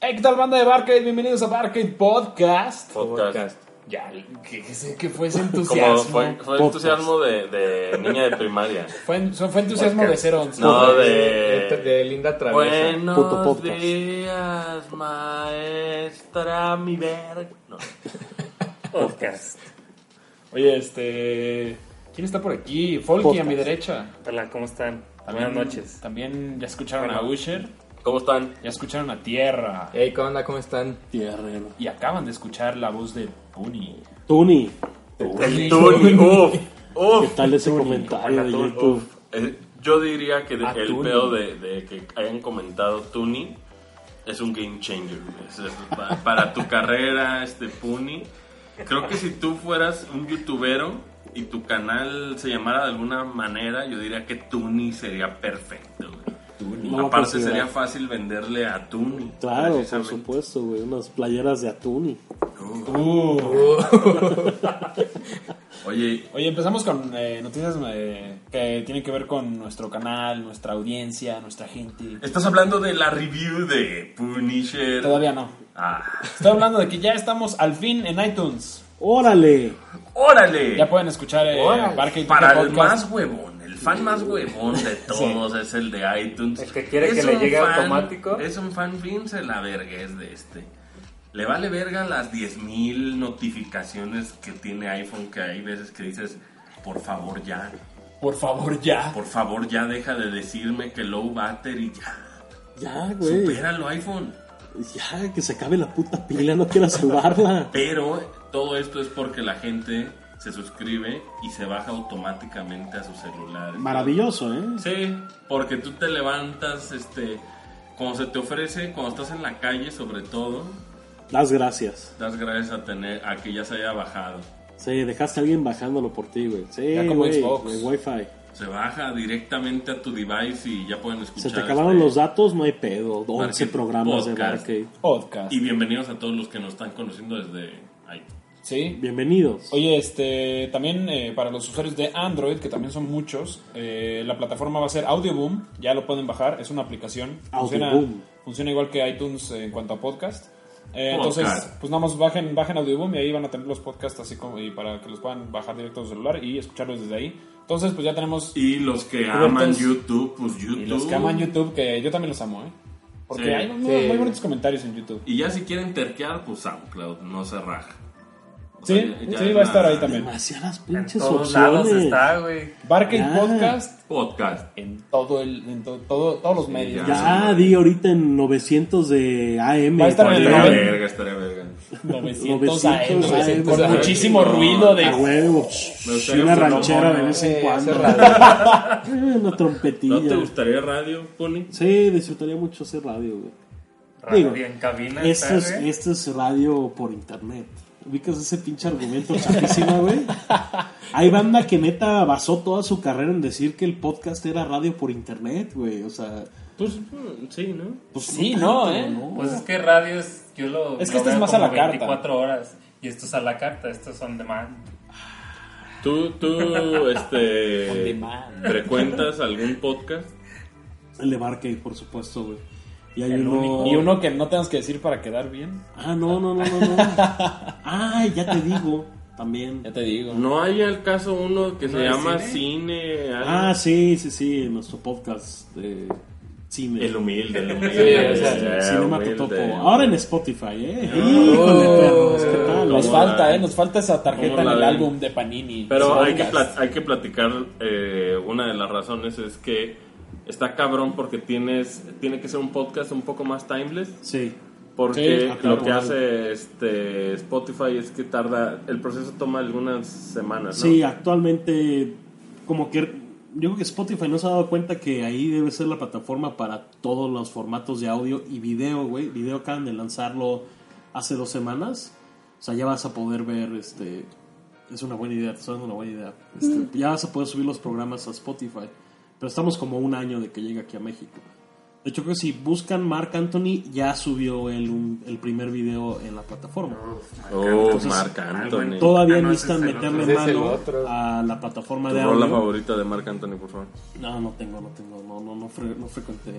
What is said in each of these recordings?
Hey, ¿qué tal, banda de Barcade? Bienvenidos a Barcade Podcast. Podcast. Ya, que, que sé que fue ese Como entusiasmo. fue, fue Podcast. entusiasmo de, de niña de primaria. Fue en- fue entusiasmo de 011. No, de- de, de Linda Traviesa. Buenos Puto podcast. días, maestra, mi verga. No. Podcast. Oye, este. ¿Quién está por aquí? Folky a Podcast. mi derecha. Hola, ¿cómo están? También- Buenas noches. También ya escucharon a Bueno. Usher, ¿Cómo están? ya escucharon a Tierra. Hey, ¿qué onda? ¿Cómo están? Tierrero. Y acaban de escuchar la voz de Puni. Tuni, El Tuni, uf, ¿qué uf. tal ese comentario Hola, de Tuni. YouTube? Eh, Yo diría que de- Ah, el Tuni. pedo de, de que hayan comentado Tuni es un game changer. güey. Es- es pa- para tu carrera, este Puni. Creo que si tú fueras un youtubero y tu canal se llamara de alguna manera, yo diría que Tuni sería perfecto. güey. No lo Aparte considera- sería fácil venderle a Tuni. Claro, por precisamente. supuesto, güey. Unas playeras de Atuni. Uh. Oye, Uh. Oye, empezamos con eh, noticias eh, que tienen que ver con nuestro canal, nuestra audiencia, nuestra gente. estás hablando de la review de Punisher. Todavía no. Ah, Estoy hablando de que ya estamos al fin en iTunes. ¡Órale! órale. Ya pueden escuchar eh, Barca y Para Pica el Podcast. más huevón, el fan más huevón de todos es el de iTunes. El que quiere Es que le un llegue fan- automático. Es un fan fin, se la verga es de este. Le vale verga las 10.000 notificaciones que tiene iPhone, que hay veces que dices, por favor ya, Por favor, ya. por favor ya deja de decirme que low battery, ya, Ya, güey. supéralo iPhone. Ya, que se acabe la puta pila, no quiero salvarla. Pero todo esto es porque la gente se suscribe y se baja automáticamente a sus celulares. Maravilloso, ¿eh? Sí, porque tú te levantas, este, cuando se te ofrece, cuando estás en la calle sobre todo, Das gracias. das gracias a tener, a que ya se haya bajado. Sí, dejaste a alguien bajándolo por ti, güey. Sí, Ya como güey. Xbox. El Wi-Fi. Se baja directamente a tu device y ya pueden Se escuchar. te acabaron este, los datos, no hay pedo. 11 Barcade programas de Podcast. Barcade. Podcast. Y bienvenidos a todos los que nos están conociendo desde ahí. Sí. Bienvenidos. Oye, este, también eh, para los usuarios de Android, que también son muchos, eh, la plataforma va a ser Audioboom, ya lo pueden bajar, es una aplicación. Funciona, Audioboom. funciona igual que iTunes eh, en cuanto a podcast. Eh, Podcast. entonces, pues nada más bajen, bajen Audioboom y ahí van a tener los podcasts así como y para que los puedan bajar directo del celular y escucharlos desde ahí. Entonces, pues ya tenemos Y los que aman Robertos. YouTube, pues YouTube. y los que aman YouTube, que yo también los amo, ¿eh? Porque Sí. hay muy, Sí. muy bonitos comentarios en YouTube. Y ya si quieren terquear, pues SoundCloud, no se raja. O Sí, sea, ya- ya sí, es va a estar la- ahí también. Demasiadas En pinches todos lados opciones. está, güey. Barca y Ah. Podcast Podcast. en todo el en to- todo, todos los medios. Ya di ahorita en 900 de AM. Va a estar en el Estaría noven- verga, estaría verga. 900 AM, 900 con AM. muchísimo ruido A de huevo. gustaría Una un ranchera salomón, de vez en Eh, cuando. hace radio. Eh, Una trompetilla. ¿No te gustaría radio, Pony? Sí, disfrutaría mucho hacer radio, güey. Radio Digo, en cabina. Esto está, es, ¿eh? güey. esto es radio por internet. Ubicas ese pinche argumento chapísima, güey. Hay banda que neta basó toda su carrera en decir que el podcast era radio por internet, güey. O sea, Pues mm, sí, ¿no? pues Sí, no, ¿eh? Pues es que radio es. Yo lo. Es que este lo es veo más a como la carta. 24 horas. Y esto es a la carta. Esto es on demand. ¿Tú, tú este, demand. frecuentas algún podcast? El de Barcade, por supuesto, güey. Y hay El uno... único. y uno que no tengas que decir para quedar bien. Ah, no, no, no, no, no. Ay, ya te digo, también. Ya te digo. No hay al caso uno que se ¿No hay llama cine. cine? algo? Ah, sí, sí, sí, nuestro podcast de cine. el humilde, el humilde. Sí, o sea, el Cinema humilde. Totopo. Ahora en Spotify, ¿eh? Oh. Híjole, perros, ¿qué tal? Nos Como falta, la- eh, nos falta esa tarjeta como en la el de- álbum de Panini. Pero hay que, Podcast. plat- hay que platicar, eh, una de las razones es que está cabrón porque tienes, tiene que ser un podcast un poco más timeless. Sí. Sí, Porque ah, claro. lo que hace este Spotify es que tarda, el proceso toma algunas semanas, ¿no? Sí, ah, actualmente, como que yo creo que Spotify no se ha dado cuenta que ahí debe ser la plataforma para todos los formatos de audio y video, güey. Video acaban de lanzarlo hace dos semanas. O sea, ya vas a poder ver, este, es una buena idea, te estoy dando una buena idea. Este, Ya vas a poder subir los programas a Spotify. Pero estamos como un año de que llegue aquí a México. De hecho, creo que si buscan Mark Anthony, ya subió el, un- el primer video en la plataforma. Oh, Entonces, Marc Anthony. Todavía Ah, no, necesitan ese es el otro. meterle Ese es el mano otro. a la plataforma Tu de rola audio. favorita de Marc Anthony, por favor. No, no tengo, no tengo, no, no, no, fre- no frecuenté,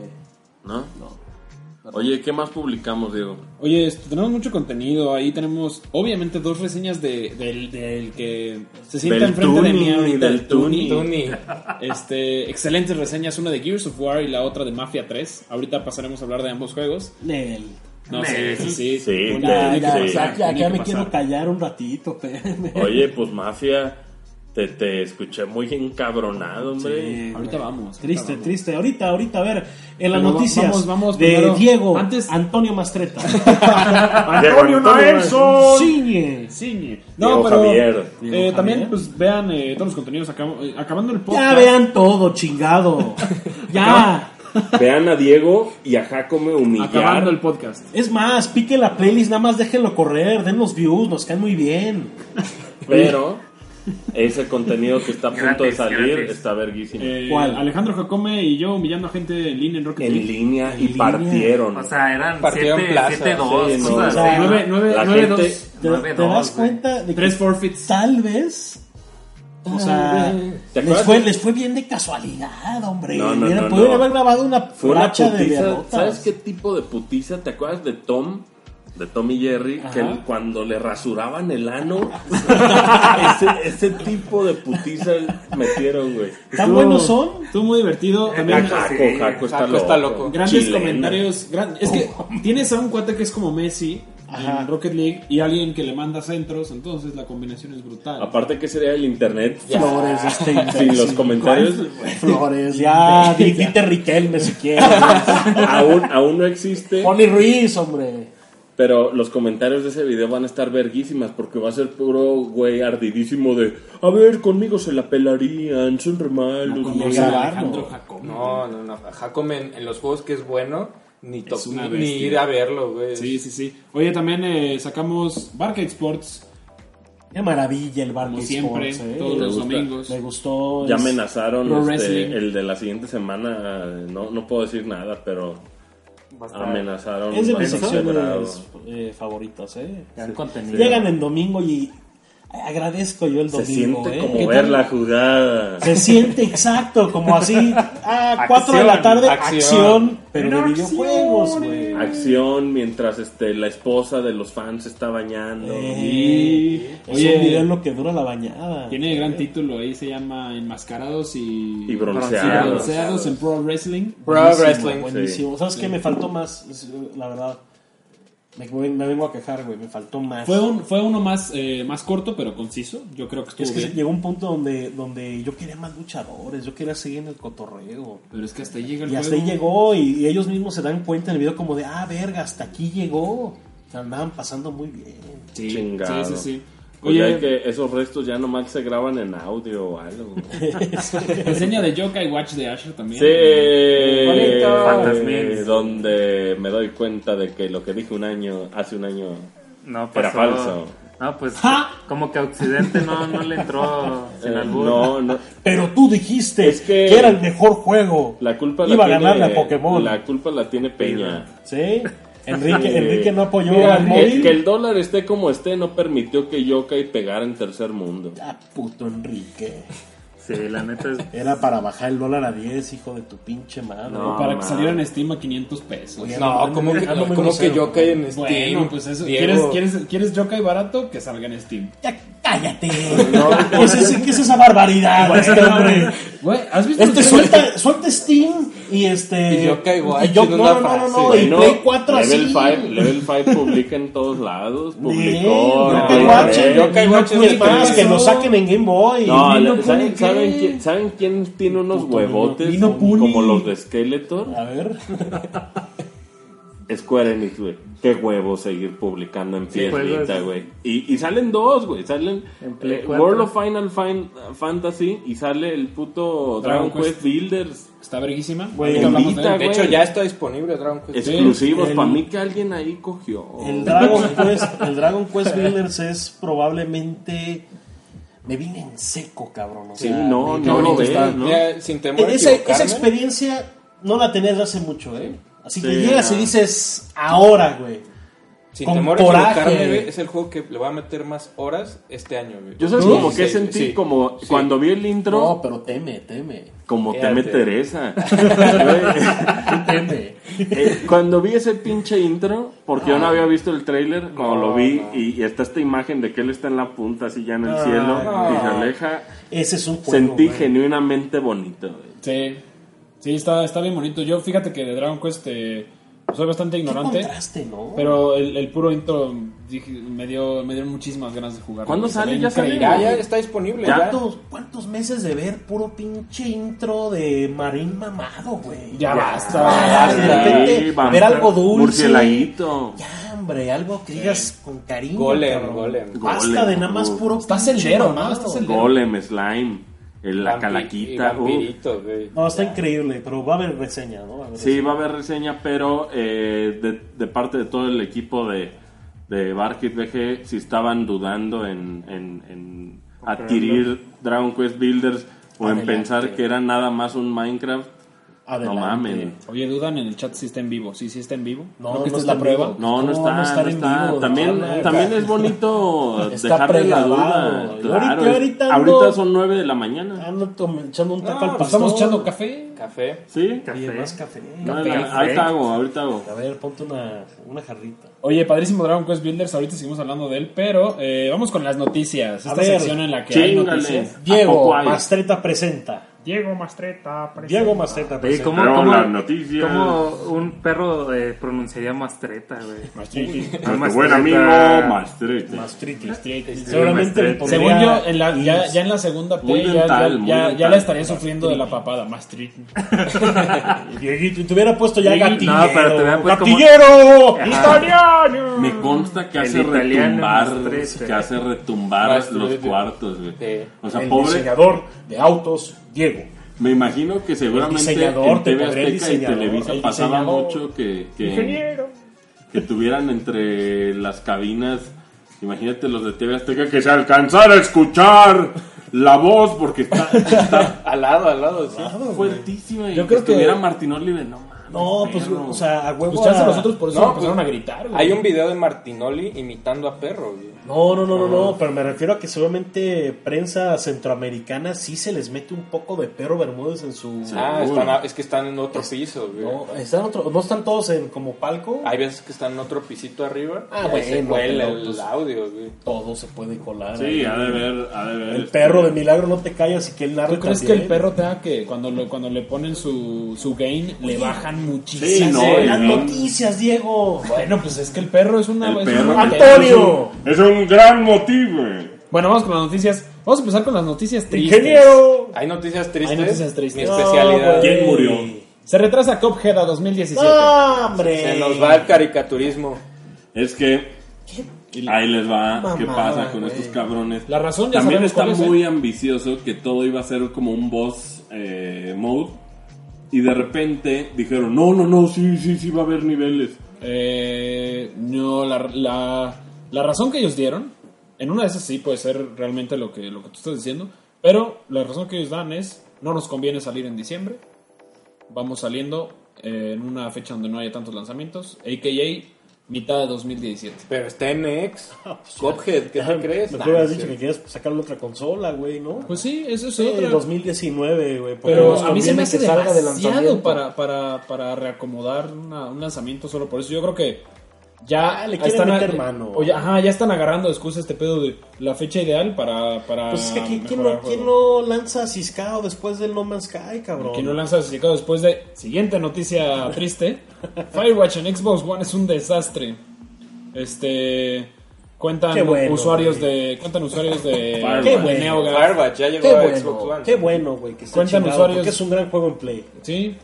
¿No? no. Oye, ¿qué más publicamos, Diego? Oye, este, tenemos mucho contenido. Ahí tenemos, obviamente, dos reseñas de, del, del que se sienta Del enfrente de Tuni, mí ahorita, del el Tuni. Tuni. Este, excelentes reseñas, una de Gears of War y la otra de Mafia 3. Ahorita pasaremos a hablar de ambos juegos. Nel. No, sí, sí, sí. Sí, Una- Ya, sí, tiene que ya, sí. o sea, pasar, ya, tiene ya que me pasar. quiero callar un ratito, espérame. Oye, pues Mafia, te, te escuché muy encabronado, hombre. Sí, Ahorita vamos. Triste, ahorita triste. Ahorita, ahorita, a ver, en Pero las va- noticias vamos, vamos, de primero. Diego Antes- Antonio Mastreta. Diego Antonio Nelson. Ciñe. Ciñe. Diego No, pero Javier. eh, Diego también Javier. pues vean eh, todos los contenidos acabo- eh, acabando el podcast. Ya vean todo, chingado. ya. Vean a Diego y a Jacome Acabando el humillar. podcast. Es más, pique la playlist, nada más déjenlo correr, den los views, nos caen muy bien. Pero ese contenido que está a punto de Gratis, salir gratis. está verguísimo. Eh, ¿Cuál? Alejandro Jacome y yo humillando a gente en línea en Rocket en League. línea y línea. partieron. O sea, eran Partieron 7-2, plaza, sí, no, o cosas así, sea, ¿no? Nueve- nueve- La nueve, gente- dos. ¿Te, Nueve, te dos, das güey. cuenta de que Tres forfeits. tal vez? O sea, ¿Te les acuerdas? fue, les fue bien de casualidad, hombre. No, no, Mira, no, pudieron no. haber grabado una Fue una fracha de putiza. derrotas. ¿Sabes qué tipo de putiza? ¿Te acuerdas de Tom? De Tom y Jerry, que el- cuando le rasuraban el ano, ese, ese tipo de putiza metieron, güey. ¿Tan Estuvo- buenos son? Estuvo muy divertido. También Jaco, sí. Jaco está Jaco loco. está loco. grandes Chileno. comentarios. gran- es que tienes a un cuate que es como Messi Oh. Ajá. en Rocket League y alguien que le manda centros. Entonces la combinación es brutal. Aparte, ¿qué sería el internet? Flores, este Sin los comentarios. Flores, ya, di- dite Riquelme si quieres. aún, aún no existe, Pony Ruiz, hombre. pero los comentarios de ese video van a estar verguísimas porque va a ser puro güey ardidísimo de a ver, conmigo se la pelarían, son re malos, Como no conmigo sé". sea, grabarlo. Alejandro Jacome. No, no, no. Jacome en, en los juegos que es bueno, ni, to- Es una ni- ni bestia. ir a verlo, güey. Sí, sí, sí. Oye, también eh, sacamos Barcade Sports, Qué maravilla el barco como siempre, todos Me los gusta. domingos. Me gustó. Ya es- Pro amenazaron este, Wrestling. el de la siguiente semana, eh, no, no puedo decir nada, pero Va a estar- amenazaron. Es de mis bastante bravo. secciones eh, favoritas, ¿eh? Gran contenido. Llegan en domingo y agradezco yo el Se domingo. siente ¿eh? como ¿Qué ver tal? la jugada. Se siente exacto, como así a 4 de la Acción, tarde, acción, acción. pero de videojuegos, güey. Acción mientras este, la esposa de los fans se está bañando. Eh, Sí. es Oye. un video en Eh, lo que dura la bañada. Tiene gran título ahí, se llama Enmascarados y, Y y bronceados. bronceados en Pro Wrestling. Pro Buenísimo, Wrestling. Buenísimo. ¿Sabes qué? Me faltó más, es- la verdad. Me, voy- me vengo a quejar, güey. Me faltó más. Fue, un, fue uno más, eh, más corto, pero conciso. Yo creo que estuvo es que bien. llegó un punto donde, donde yo quería más luchadores, yo quería seguir en el cotorreo. Pero es que hasta ahí llega el Y hasta ahí juego. llegó y, y ellos mismos se dan cuenta en el video como de, ah, verga, hasta aquí llegó. Se andaban pasando muy bien. Sí, Chingado. sí, sí, sí. Pues ya Oye, que esos restos ya nomás se graban en audio o algo. reseña de Yokai Watch de Asher también. Sí, Bonito. eh, Fantasmil. donde me doy cuenta de que lo que dije un año, hace un año, No, Era pasó. falso. No, pues ¡Ja! como que a Occidente no, no le entró sin eh, albur. no, no, Pero tú dijiste Es que- era el mejor juego. la culpa Iba a la tiene ganarle a Pokémon. La culpa la tiene Peña. ¿Sí? Enrique, Sí. Enrique no apoyó eh, Mira, al el- móvil. que el dólar esté como esté no permitió que Yokai pegara en tercer mundo. Ah, puto Enrique. Sí, la neta es. Era para bajar el dólar a 10, hijo de tu pinche madre. No. O para mames. que saliera en Steam a 500 pesos. Oye, No, como que, Ah, no me como grosero. que yo caí en Steam. Bueno, pues eso. Diego. ¿Quieres, quieres, ¿Quieres Yokai barato? Que salga en Steam. Ya cállate. ¿Qué, es ese- qué es esa barbaridad, este güey, hombre? Güey, ¿has visto? Este los- suelta, suelta Steam y este. Y yo caigo ahí, y yo- en no, una no, no, no, frase, no, güey, y Bueno, Play 4 Level así. 5 Level 5 publica en todos lados. Publicó. no, en que Play guache, Red. yo caigo No, Es más, que Eso. lo saquen en Game Boy. No, Nino le- ¿saben, Kuni, saben ¿qué? quién, saben quién tiene unos huevotes Nino Kuni. como los de Skeletor? A ver. Square Enix, güey. Qué huevo seguir publicando en piernita, juegos. güey. Y, y salen dos, güey. Salen pues, En Play eh, cuatro. World of Final Fan- Fantasy y sale el puto Dragon, Dragon Quest Builders. Está verguísima. Güey, Ahorita hablamos invita, de él. De hecho, güey. ya está disponible Dragon Quest. Exclusivos. Pues el- Para mí que alguien ahí cogió. El Dragon Quest, el Dragon Quest Builders es probablemente. Me vine en seco, cabrón. o Sí, sea, no, me- no lo bonito ves, está. ¿no? Mira, sin temor a E-, Esa, esa equivocarme. experiencia no la tenés de hace mucho, ¿eh? Así que Sí, llegas no. y dices, ahora, güey. Sin Con temor a coraje. equivocarme, güey, es el juego que le va a meter más horas este año, güey. Yo sabes Sí, como que sí, sentí sí. como Sí. cuando vi el intro, No, pero teme, teme. como Quédate. teme Teresa. Güey, Teme. eh, cuando vi ese pinche intro, porque yo no había visto el trailer, cuando No, lo vi no. y, y está esta imagen de que él está en la punta así ya en el Ah, cielo y se no. aleja, Ese es un juego. sentí güey. genuinamente bonito. güey. Sí, sí, está, está bien bonito. Yo fíjate que de Dragon Quest eh, soy bastante Qué ignorante, contraste, ¿no? pero el, el puro intro dije, me dio me dieron muchísimas ganas de jugar. ¿Cuándo Se sale? ve ¿Ya sale? increíble. Ya, ya está disponible. Ya. ¿Cuántos, ¿Cuántos meses de ver puro pinche intro de Marín mamado, güey? Ya basta, Ah, de basta. repente, Sí, vamos, ver algo dulce. Murcielaguito. Ya, hombre, algo que digas con cariño. Golem, cabrón. golem. Basta Golem, de nada más uh. puro. Está pinche sendero, ¿no? mamado. Está sendero. Golem, Slime, eh, la Vampi- calaquita. y uh. vampirito, güey. No, está increíble, pero va a haber reseña, ¿no? Va a haber Sí, reseña. va a haber reseña, pero eh, de, de parte de todo el equipo de, de Barkit BG, si estaban dudando en, en- en adquirir Dragon Quest Builders o Adelante. en pensar que era nada más un Minecraft, Adelante. no mamen. Oye, dudan en el chat si está en vivo. Sí, sí está en vivo. No, Creo que esta no está es la en prueba. vivo. No, no, No, está, no estar no en está. vivo, también, no, no, también no. es bonito Está dejarle la pregrabado. duda. Y Claro, ahorita- es- ahorita ando- ahorita son 9 de la mañana. Ando tom- echando un taco No, al pues pastor. Estamos echando café. Café. ¿Sí? Oye, más café. No, ahí te hago, ahorita hago. A ver, ponte una, una jarrita. Oye, padrísimo Dragon Quest Builders. Ahorita seguimos hablando de él, pero eh, vamos con las noticias. A Esta ver. sección en la que hay Chíngale. noticias. ¿A Diego poco hay? Mastreta presenta. Diego Mastreta. Diego Mastreta Oye, presenta. ¿cómo, Pero cómo- las noticias. cómo un perro eh, pronunciaría mastreta, güey? Nuestro Mastreta. buen amigo Mastrete. Mastritis. Mastritis. Seguramente le pondría- Según yo, en la- ya, ya en la segunda P Muy ya, dental, ya- muy ya- ya dental. la estaría sufriendo de la papada. Más triste. Dieguito, y te hubiera puesto ya Dieguito, gatillero. no, pero te hubiera puesto como- ¡Gatillero! ¡Italiano! Mm. Me consta que El hace italiano retumbar, Mastrete. que hace retumbar Mastrete. los cuartos, güey. Sí. O sea, el pobre, diseñador de autos, Diego. me imagino que seguramente diseñador, en TV te pondré el Azteca y diseñador, Televisa el pasaba diseñador. mucho que, que, que tuvieran entre las cabinas, imagínate los de TV Azteca, que se alcanzara a escuchar la voz porque está, está Al lado, al lado, sí. fuertísima. Y Yo creo que- estuviera Martín Olive, no mames, No, pues, perro. o sea, a huevo. Pues chance a- los otros por eso No, empezaron a pues, gritar. güey. Hay un video de Martinoli imitando a perro, güey. No, no, no, no, no, pero me refiero a que seguramente prensa centroamericana sí se les mete un poco de perro Bermúdez en su. Ah, Seguro. están a- es que están en otro piso, güey. No, están otro- no están todos en como palco. Hay veces que están en otro pisito arriba. Ah, y ahí se bueno, cuela pero, el pues, audio, güey. Todo se puede colar. ahí. Sí, ha de ver, ha de ver. El este, perro de milagro no te callas y que él narre ¿Tú crees que también. el perro tenga que cuando, lo- cuando le ponen su, su gain le bajan muchísimo? Sí, no, Sí, el- las noticias, Diego. Bueno, pues es que el perro es una... este, El es perro- una- Antonio, Es un gran motivo. Bueno, vamos con las noticias. Vamos a empezar con las noticias tristes. ingeniero. Hay noticias tristes. Hay noticias tristes. Mi No, especialidad. pues, ¿Quién murió? Se retrasa Cuphead a 2017. No, hombre. Se nos va el caricaturismo. Es que ahí les va qué mamada, pasa con güey. estos cabrones. La razón ya También sabemos está cuál es, muy ambicioso que todo iba a ser como un boss eh, mode. Y de repente dijeron, no, no, no, sí, sí, sí va a haber niveles. Eh, no, la, la, la razón que ellos dieron, en una de esas sí puede ser realmente lo que, lo que tú estás diciendo, pero la razón que ellos dan es, no nos conviene salir en diciembre, vamos saliendo eh, en una fecha donde no haya tantos lanzamientos, a.k.a. mitad de 2017. Pero está en ex. Cophead, ¿qué te crees? Ah, Me Nah, hubieras no dicho sé. que quieres sacar la otra consola, güey, ¿no? Eh, Pues sí, eso es Sí, otra. 2019, güey. porque Pero nos a mí se me conviene hace que salga de demasiado lanzamiento. para, para, para reacomodar una- un lanzamiento solo por eso. Yo creo que ya Ah, le quieren a- meter mano. oye, ajá, ya están agarrando de excusa este pedo de la fecha ideal para. para Pues es que aquí, ¿quién, mejorar no, el quién juego. no lanza Ciscao después del No Man's Sky, cabrón? ¿Quién no lanza el certificado después de. Siguiente noticia triste: Firewatch en Xbox One es un desastre. Este. Cuentan Qué bueno, usuarios güey. de. Cuentan usuarios de. Firewatch. de Qué bueno. NeoGAF. Firewatch ya llegó Qué a Xbox bueno, One. qué bueno, güey, que está Cuentan chingado, usuarios- porque es un gran juego en Play. Sí.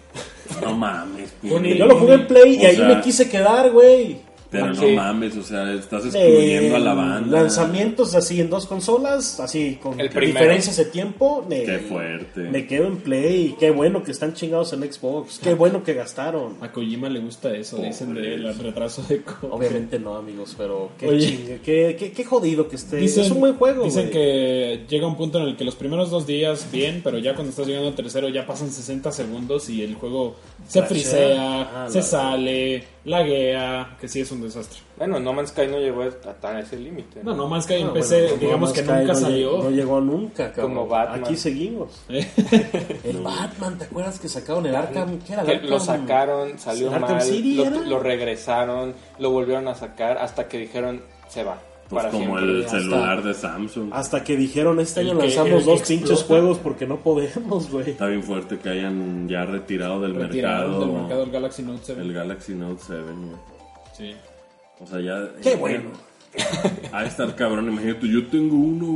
No mames. Tony, Yo lo jugué en Play y O ahí sea, me quise quedar, güey. Pero no Sí. mames, o sea, estás excluyendo a la Eh, banda. Lanzamientos así en dos consolas, así con El primero. diferencias de tiempo. me- Qué fuerte. Me quedo en Play. Qué bueno que están chingados en Xbox. Qué bueno que gastaron. A Kojima le gusta eso, dicen del retraso de Cuphead. Obviamente no, amigos, pero qué Oye. chingue, qué, qué, qué jodido que esté. es un buen juego. Dicen güey. que llega un punto en el que los primeros dos días bien, pero ya cuando estás llegando al tercero ya pasan 60 segundos y el juego se Crashea. frisea, Ah, se la- sale, laguea, que sí es un desastre. Bueno, No Man's Sky no llegó a tan ese límite. No, No Man's Sky Ah, en bueno, PC, No digamos Man's que Sky nunca no salió. lleg- No llegó nunca, cabrón. Como Batman. Aquí seguimos. El Batman, ¿te acuerdas que sacaron el Arkham? ¿Qué era el Que Arkham? lo sacaron, salió Arkham mal, City lo, era. lo regresaron, lo volvieron a sacar hasta que dijeron se va. Pues como siempre. el celular de Samsung. Hasta que dijeron, este El año que- lanzamos el que dos explota. pinches juegos porque no podemos, güey. Está bien fuerte que hayan ya retirado del Retiraron mercado, del mercado el Galaxy Note 7. el Galaxy Note 7, güey. Sí. O sea, ya. Qué bueno. A estar cabrón, imagínate, yo tengo uno,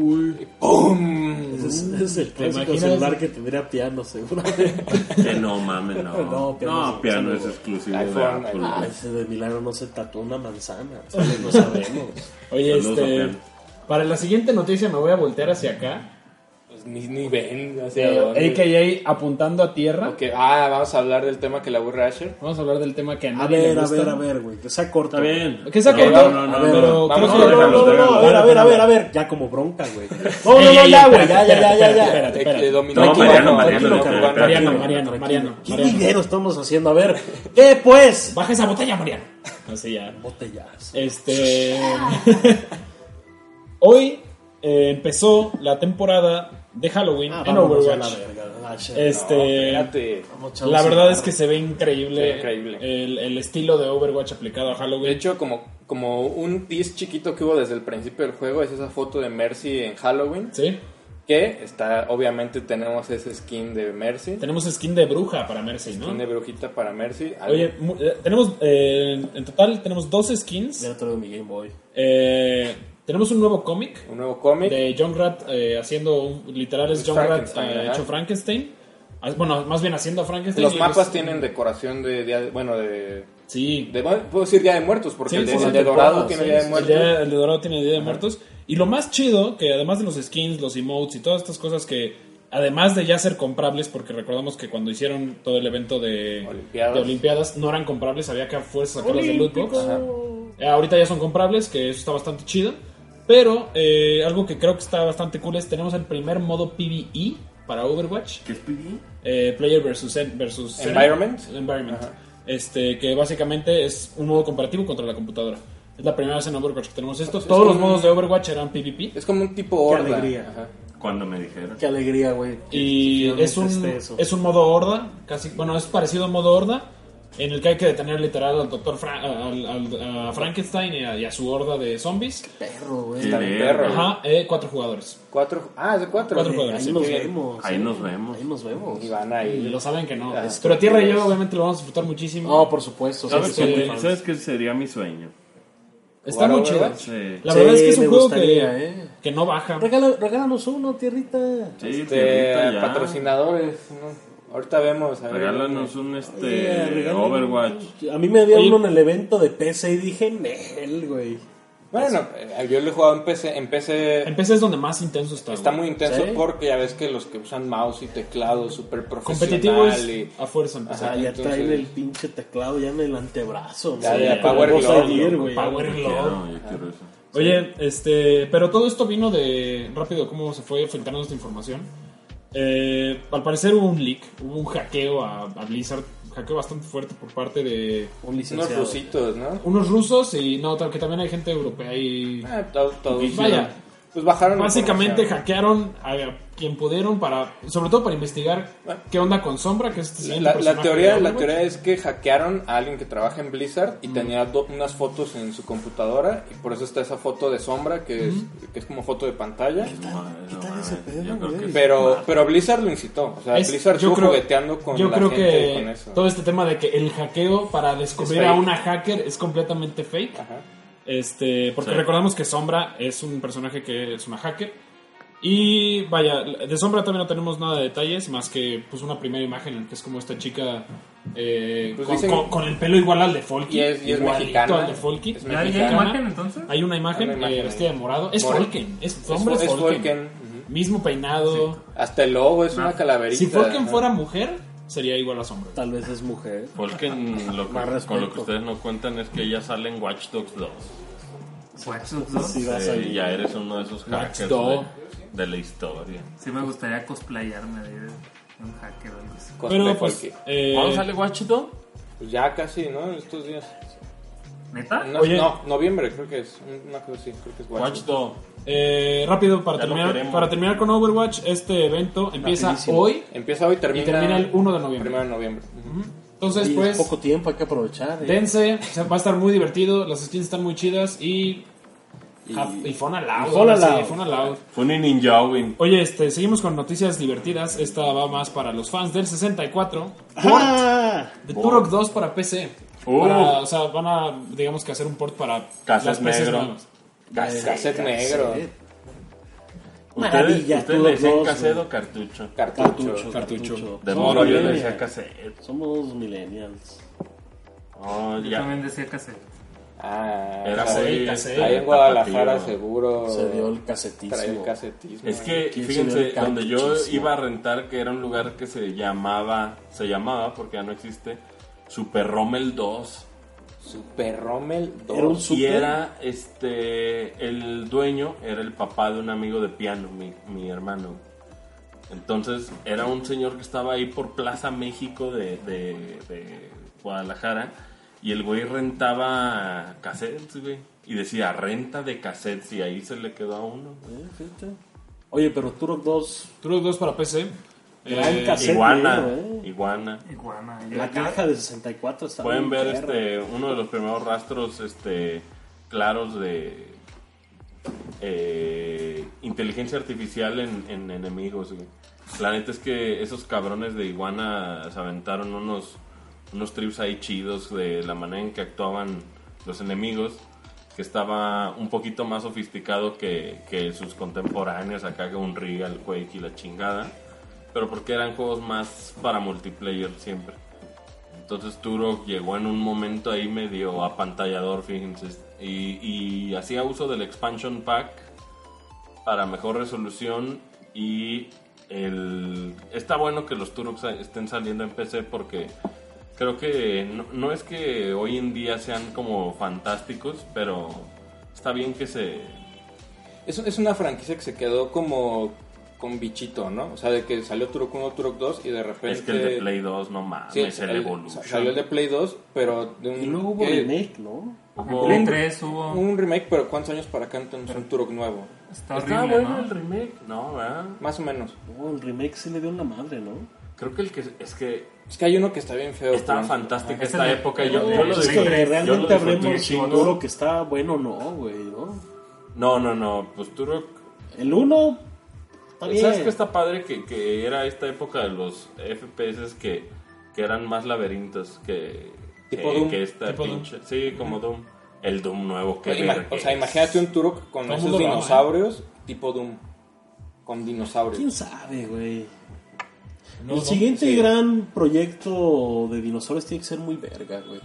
güey. Ese es, ese es el clásico imaginas? celular que tendría piano, seguramente. Que no mames, no. No, piano es No, piano es exclusivo. exclusivo de iPhone, Apple. Ah, güey. ese de Milagro no se tatuó una manzana. ¿sabes? No sabemos. Oye, Saludos, este. Rafael. Para la siguiente noticia me voy a voltear hacia acá. Pues ni, ni ven hacia dónde. AKA apuntando a tierra. Ok, Ah, vamos a hablar del tema que le aburre a Asher. Vamos a hablar del tema que a A nadie ver, le a gusta. ver, a ver, güey. Que sea corto. Está bien. Que se ha No, cortado. No, no, A ver, no. pero vamos, creo que- No, déjalo, no, no, a ver, a ver, a ver, a ver. Ya como bronca, güey. No, no, no, ya, güey. Ya, ya, ya, ya. ya. Espérate, Eh, espérate. eh, dominó No, el cubano, Mariano, Mariano, dominó el espérate, cubano. Mariano, Tranquilo, Mariano, Mariano, ¿Qué Mariano. video estamos haciendo? A ver, ¿qué pues? Baja esa botella, Mariano. Así ya. Botellas. Este. Hoy eh, empezó la temporada de Halloween Ah, en vámonos a Overwatch. la verga. Ah, shit. Este. Espérate. Vamos, chavos, la verdad a- es que se ve increíble, Se ve increíble. El, el estilo de Overwatch aplicado a De Halloween. hecho, como, como un tease chiquito que hubo desde el principio del juego, es esa foto de Mercy en Halloween. Sí. Que está, obviamente, tenemos ese skin de Mercy. Tenemos skin de bruja para Mercy, ¿no? Skin de brujita para Mercy. Oye, mu- eh, tenemos eh, en- en total tenemos dos skins. Ya traigo mi Game Boy. Eh, tenemos un nuevo cómic un nuevo cómic. de Junkrat eh, haciendo un- literal es Es Junkrat Pues Frankenstein, eh, ajá. hecho Frankenstein. Ah, Bueno, más bien haciendo a Frankenstein. Los y mapas tienen decoración de, día de- bueno, de, Sí. de- bueno, puedo decir Día de Muertos, porque Sí, el de, sí, el sí, de Dorado sí, tiene sí, Día de sí, El, Muertos. día, el de Dorado tiene Día de Muertos. Y lo más chido, que además de los skins, los emotes y todas estas cosas que, además de ya ser comprables, porque recordamos que cuando hicieron todo el evento de Olimpiadas. de Olimpiadas, no eran comprables, había que a fuerza sacarlas de loot box. Eh, Ahorita ya son comprables, que eso está bastante chido. Pero eh, algo que creo que está bastante cool es tenemos el primer modo PvE para Overwatch. ¿Qué es PG? eh, player versus en- versus Environment. el environment. Ajá. Este, que básicamente es un modo comparativo contra la computadora. Es la primera vez en Overwatch que tenemos esto. Es Todos los un- modos de Overwatch eran PvP. Es como un tipo Qué horda. alegría. Ajá. Cuando me dijeron. Qué alegría, güey. que Y finalmente es un, esté eso. es un modo horda, casi, bueno, es parecido a un modo horda, en el que hay que detener literal al doctor Fra- al- al- a Frankenstein y a, y a su horda de zombies. perro, güey. Está bien perro. Ajá, eh, cuatro jugadores. Cuatro, ah, es de cuatro. Cuatro Sí. jugadores, Ahí sí. nos Qué bien. vemos. Ahí eh. nos vemos. Ahí nos vemos. Y van ahí. Y lo saben que no. Ah, Pero Tierra y yo obviamente lo vamos a disfrutar muchísimo. pues. No, Ah, por supuesto. ¿Sabes sí, sí, qué? sí. fans. ¿Sabes qué sería mi sueño? Está muy chido. Overwatch. Sí. La Sí, verdad es que es un me juego que, gustaría, eh. que no baja. Regala- regálanos uno, tierrita. Sí, Este, tierrita, ya. patrocinadores. ¿no? Ahorita vemos. a ver. Regálanos un Yeah, este regálame Overwatch. uno. A mí me dio Oye. uno en el evento de PC y dije, Nel, güey. Bueno, eh, yo lo he jugado en PC. En PC En PC es donde más intenso está. está güey. muy intenso ¿Sí? porque ya ves que los que usan mouse y teclado súper competitivo profesional. es y- a fuerza en PC. Ajá, Ah, ya entonces- traen el pinche teclado ya en el antebrazo. Ya, ¿no? ya, Como Power Boss Glove, Lightyear, ¿no? güey. Power Yo Glove. quiero, yo quiero eso. Oye, este, pero todo esto vino de rápido cómo se fue filtrando esta información. Eh, al parecer hubo un leak, hubo un hackeo a, a Blizzard, un hackeo bastante fuerte por parte de Un Unos licenciado. rusitos, ¿no? pues unos rusos y no, tal- que también hay gente europea y Ah, todo- todo- Vaya. Pues bajaron. Básicamente información. hackearon a quien pudieron para, sobre todo para investigar qué onda con Sombra, que es este siguiente La, la personaje teoría, de la Overwatch. teoría es que hackearon a alguien que trabaja en Blizzard y tenía do- unas fotos en su computadora y por eso está esa foto de sombra que, es, que es como foto de pantalla. Madre, qué tal ese madre, pedo, yo creo güey? que- Pero, pero Blizzard lo incitó. O sea, Es- Blizzard yo estuvo creo- jugueteando con yo la creo gente que y con eso. todo este tema de que el hackeo para descubrir Es a fake. Ah. una hacker es completamente fake Ajá. este porque Sí. recordamos que Sombra es un personaje que es una hacker y vaya de Sombra también no tenemos nada de detalles más que pues una primera imagen en que es como esta chica eh, Pues con, dicen- con- con el pelo igual al de Folky Y es- y es igualito mexicana. al de Folky Es ¿Ya hay mexicana. imagen entonces? hay una imagen, Hay una imagen eh, ahí. vestida de morado es Morado. Folken es, Es- Sombra es, es Folken. Folken, ujú. mismo peinado Hasta el logo es una calaverita. Ah, si Folken ajá. fuera mujer sería igual a Sombra Tal vez es mujer. Volken, lo Pues que- Más respeto. con lo que ustedes no cuentan es que ella sale en Watch Dogs 2. Watch Dogs 2. Sí, vas Eh, ahí. ya eres uno de esos Watch hackers Dog. de, de la historia. Sí me gustaría cosplayarme de, de un hacker o algo así. Cosplay pero pues Folky. eh, ¿Cuándo sale Watch Dogs? Pues ya casi, ¿no? En estos días. ¿Neta? No, Oye. no, noviembre creo que es. Una cosa así, creo que es Watch. Watch Dogs. Eh, rápido, para Ya lo terminar, queremos. para terminar con Overwatch, este evento empieza Rapidísimo. hoy Empieza hoy, termina, y termina el 1 de noviembre. primero de noviembre. Ujú. Entonces, Y pues, es poco tiempo, hay que aprovechar. eh. dense, o sea, va a estar muy divertido, las skins están muy chidas y... ja- Y, fun allowed, y fun ahora sí, allowed. fun allowed. Fue un ninjawin. Oye, este, seguimos con noticias divertidas. Esta va más para los fans del 64. ¡Ah! De Turok 2 para PC. Uh. Para- o sea, van a, digamos que hacer un port para Casas PCs negro. nuevas. Cassette negro, Ustedes, Maravilla, ustedes tú le los decían dos, cassette o cartucho. cartucho. Cartucho, Cartucho. cartucho. De Somos moro yo le decía millennials. cassette. Somos millennials. Oh, Yo ya. también decía cassette. Ah, Era o sea, muy- cassette. Ahí en Guadalajara tapativo. seguro Se dio el Oh. trae el casetísimo. ¿Eh? casetismo. Es que, ¿Quién se ve fíjense, el donde yo cartuchísimo? iba a rentar, que era un lugar que se llamaba, se llamaba, porque ya no existe, Super Rommel 2. Super Rommel 2. Era un Y super. era, este, el dueño era el papá de un amigo de piano, mi, mi hermano. Entonces, era un señor que estaba ahí por Plaza México de, de- de Guadalajara. Y el güey rentaba cassettes, güey. Y decía, renta de cassettes. Y ahí se le quedó a uno. Eh, fíjate. Oye, pero Turok 2, Turok 2 para PC. Gran Eh, cassette. Iguana, negro, eh. iguana. Iguana. Yo, la yo- caja de 64 está Pueden bien ver perra. este uno de los primeros rastros este claros de eh, inteligencia artificial en, en enemigos. güey. La neta es que esos cabrones de Iguana se aventaron unos, unos trips ahí chidos de la manera en que actuaban los enemigos, que estaba un poquito más sofisticado que, que sus contemporáneos, acá que un Regal, Quake y la chingada, pero porque eran juegos más para multiplayer siempre. Entonces Turok llegó en un momento ahí medio apantallador, fíjense. Y, y hacía uso del expansion pack para mejor resolución. Y el... está bueno que los Turoks estén saliendo en PC porque creo que no, no es que hoy en día sean como fantásticos, pero está bien que se... Es, es una franquicia que se quedó como con bichito, ¿no? O sea, de que salió Turok 1, Turok 2 y de repente... Es que el de Play 2 no mames, Sí, el, el- Evolution. Salió el de Play 2, pero de un... Y luego hubo que- remake, ¿no? Hubo- Play 3 hubo. Un remake, pero ¿cuántos años para acá entonces un Turok nuevo? está Estaba horrible, bueno ¿no? el remake, ¿no? ¿verdad? Más o menos. No, el remake sí le dio en la madre, ¿no? Creo que el que... Es que Es que hay uno que está bien feo. Estaba pues. fantástica Ese esta le- época. Yo, le- yo le- lo es de- que le- disfruté. yo lo realmente disfruté hablemos un si chingo. Turok está bueno o no, güey, ¿no? No, no, no. Pues Turok. pues, El 1 está bien. ¿Sabes qué está padre? Que, que era esta época de los FPS que, que eran más laberintos que, Tipo que, Doom, que esta tipo pinche. Sí, como Doom. El Doom nuevo que Ima- o sea, imagínate un Turok con Todo el esos mundo lo ama, dinosaurios tipo Doom. Con ¿Quién dinosaurios. sabe, güey? no, el no. siguiente gran proyecto de dinosaurios tiene que ser muy verga, güey.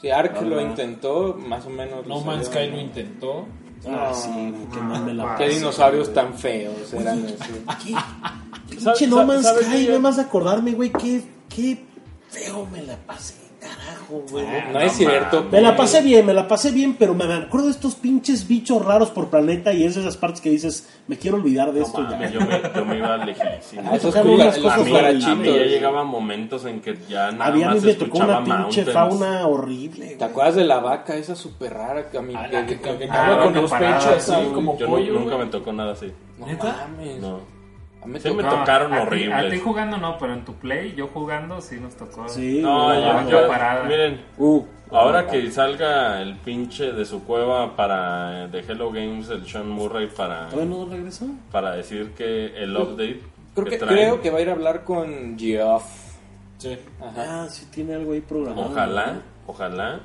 Sí, Ark No, lo no. intentó, más o menos. No salió, Pues, Man's Sky lo intentó. Ah, sí, güey, qué mame la Qué pasa, dinosaurios güey. tan feos eran esos. Aquí. ¿Sabes- Pinche No Man's sabes Sky, qué? nada más acordarme, güey, qué, qué feo me la pasé, carajo, güey. Ah, No es cierto. Me la güey. pasé bien, me la pasé bien, pero me acuerdo de estos pinches bichos raros por planeta y es de esas partes que dices, me quiero olvidar de No esto mames, ya. yo, me, yo me iba lejísimo. A esos Había cuca- unas los cosas A mí, a mí cucarachitos. ya llegaba momentos en que ya nada Había a mí más me tocó escuchaba una pinche Mountains. fauna horrible, ¿Te güey. acuerdas de la vaca esa súper rara que a mí Ah, que, la que, que- que ah, cagaba la con que los paraba pechos así así, como Yo nu- pollo? nunca güey? me tocó nada así. No ¿Neta? mames. No. A mí me Sí me tocó- tocó. tocaron a ti- A ti horribles. jugando no, pero en tu play, yo jugando sí nos tocó. Sí, No, güey, Ah, yo- vaca yo- parada. miren, Uh, Ahora que salga el pinche de su cueva para eh, de Hello Games, el Sean Murray, para, ¿Todavía no regresó? para decir que el update creo que, traen, creo que va a ir a hablar con Geoff. Sí. Ajá. Ah, sí tiene algo ahí programado. ojalá, ojalá,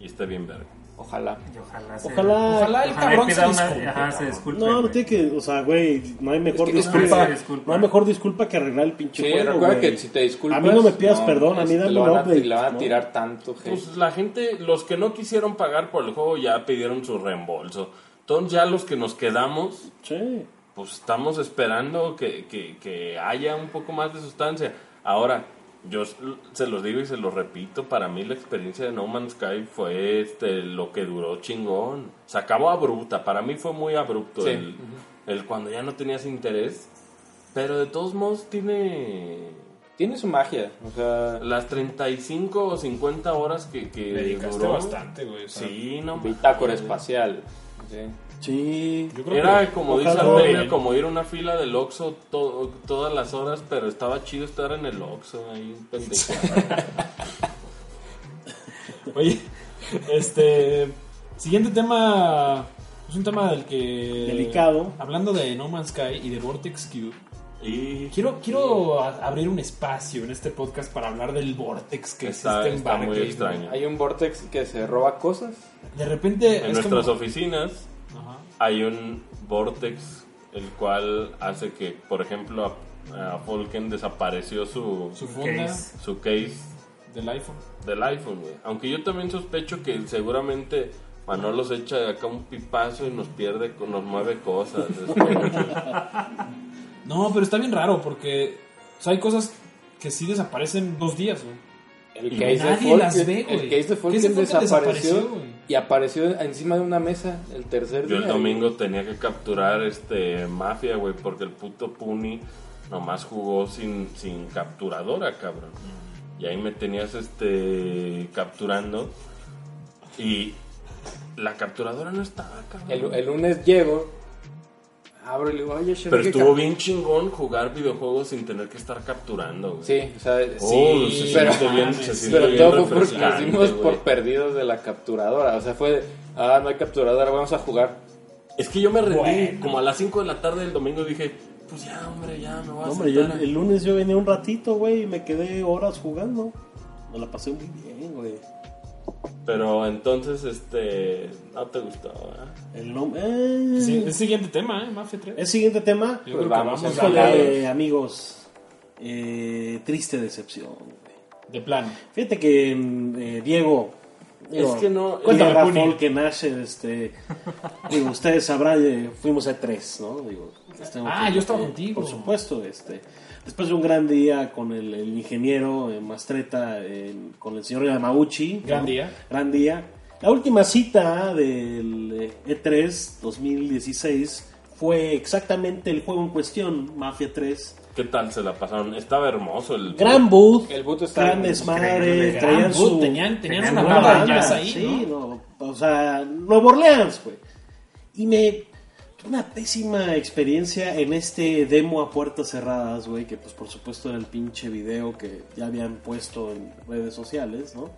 y esté bien verga. Ojalá. Y ojalá se- Ojalá. Ojalá el ojalá cabrón pida se una- disculpe. Ajá, se disculpe. No, no güey. tiene que, o sea, güey, no hay mejor Es que- disculpa, ah, sí, disculpa. no hay mejor disculpa que arreglar el pinche Sí, juego, recuerda güey. que si te disculpas. A mí no me pidas perdón, a mí este, dame lo un van a- update, Le van a ¿no? tirar tanto hate. Pues la gente, los que no quisieron pagar por el juego ya pidieron su reembolso. Entonces ya los que nos quedamos, Che. pues estamos esperando que, que- que haya un poco más de sustancia. Ahora, yo s- se los digo y se los repito, para mí la experiencia de No Man's Sky fue este, lo que duró chingón. Se acabó abrupta, para mí fue muy abrupto Sí. el, el cuando ya no tenías interés, pero de todos modos tiene... tiene su magia. O sea, Las 35 o 50 horas que, que dedicaste duró. bastante, güey. o sea, Sí, no bitácora mames. espacial. Sí. Sí. Yo creo Era que como dice Ojalá Antonio, no. como ir a una fila del Oxxo to- todas las horas, pero estaba chido estar en el Oxxo ahí, pendejo. Oye, este. Siguiente tema. Es un tema del que. Delicado. Hablando de No Man's Sky y de Vortex Cube. Y Quiero, quiero a- abrir un espacio en este podcast para hablar del Vortex que este está, existe en está muy Barcade. extraño. Hay un vortex que se roba cosas. De repente. En es nuestras como- oficinas Ajá. hay un vortex el cual hace que, por ejemplo, a, a Falken desapareció su, Su funda case. su case del iPhone. del iPhone, güey. Aunque yo también sospecho que seguramente Manolo se echa acá un pipazo y nos pierde, co- nos mueve cosas. este, es como- No, pero está bien raro porque. o sea, hay cosas que sí desaparecen dos días, güey. El Y case de nadie Falken- las ve, güey. El case de Falken Case de Falken desapareció, desapareció, güey. y apareció encima de una mesa el tercer Yo día. el domingo tenía que capturar este mafia, güey, porque el puto Puni nomás jugó sin, sin capturadora, cabrón. Y ahí me tenías este capturando y la capturadora no estaba, cabrón. El, el lunes llego, abro y le digo, oye, Pero ¿qué estuvo ca-?" bien chingón jugar videojuegos sin tener que estar capturando, güey. Sí, o sea, Oh, sí, se pero, siente bien, se siente pero bien todo fue porque nos refrescante, dimos güey. por perdidos de la capturadora. O sea, fue, de, ah, no hay capturadora, vamos a jugar. Es que yo me rendí Bueno. como a las 5 de la tarde del domingo dije, pues ya, hombre, ya me voy a No, hombre, yo el, sentar a- el lunes yo venía un ratito, güey, y me quedé horas jugando. Me la pasé muy bien, güey. Pero entonces, este, no te gustó, ¿verdad? El nombre. Eh. Sí, es el siguiente tema, ¿eh? Mafia 3. El siguiente tema. Yo Pues creo que vamos, vamos, a híjole. hablar Híjole, amigos. eh, triste decepción, güey. de plano. Fíjate que mm, eh, Diego. digo, Es que no- Cuéntame, Diego Puni. Rafol, que nace, este. digo, ustedes sabrán, eh, fuimos a tres, ¿no? Digo, les tengo Ah, yo estaba eh, contigo. Por supuesto, este. Después de un gran día con el, el ingeniero eh, Mastreta, eh, con el señor Yamauchi. Gran ¿no? día. Gran día. La última cita del eh, E3 2016 fue exactamente el juego en cuestión, Mafia 3. ¿Qué tal se la pasaron? Estaba hermoso el... Gran boot, El boot está gran increíble, desmadre, gran traían su... tenían, tenían tenían una una banda de banda, jazz ahí, sí, ¿no? no, o sea, Nuevo Orleans, güey. Y me tuve una pésima experiencia en este demo a puertas cerradas, güey, que pues por supuesto era el pinche video que ya habían puesto en redes sociales, ¿no?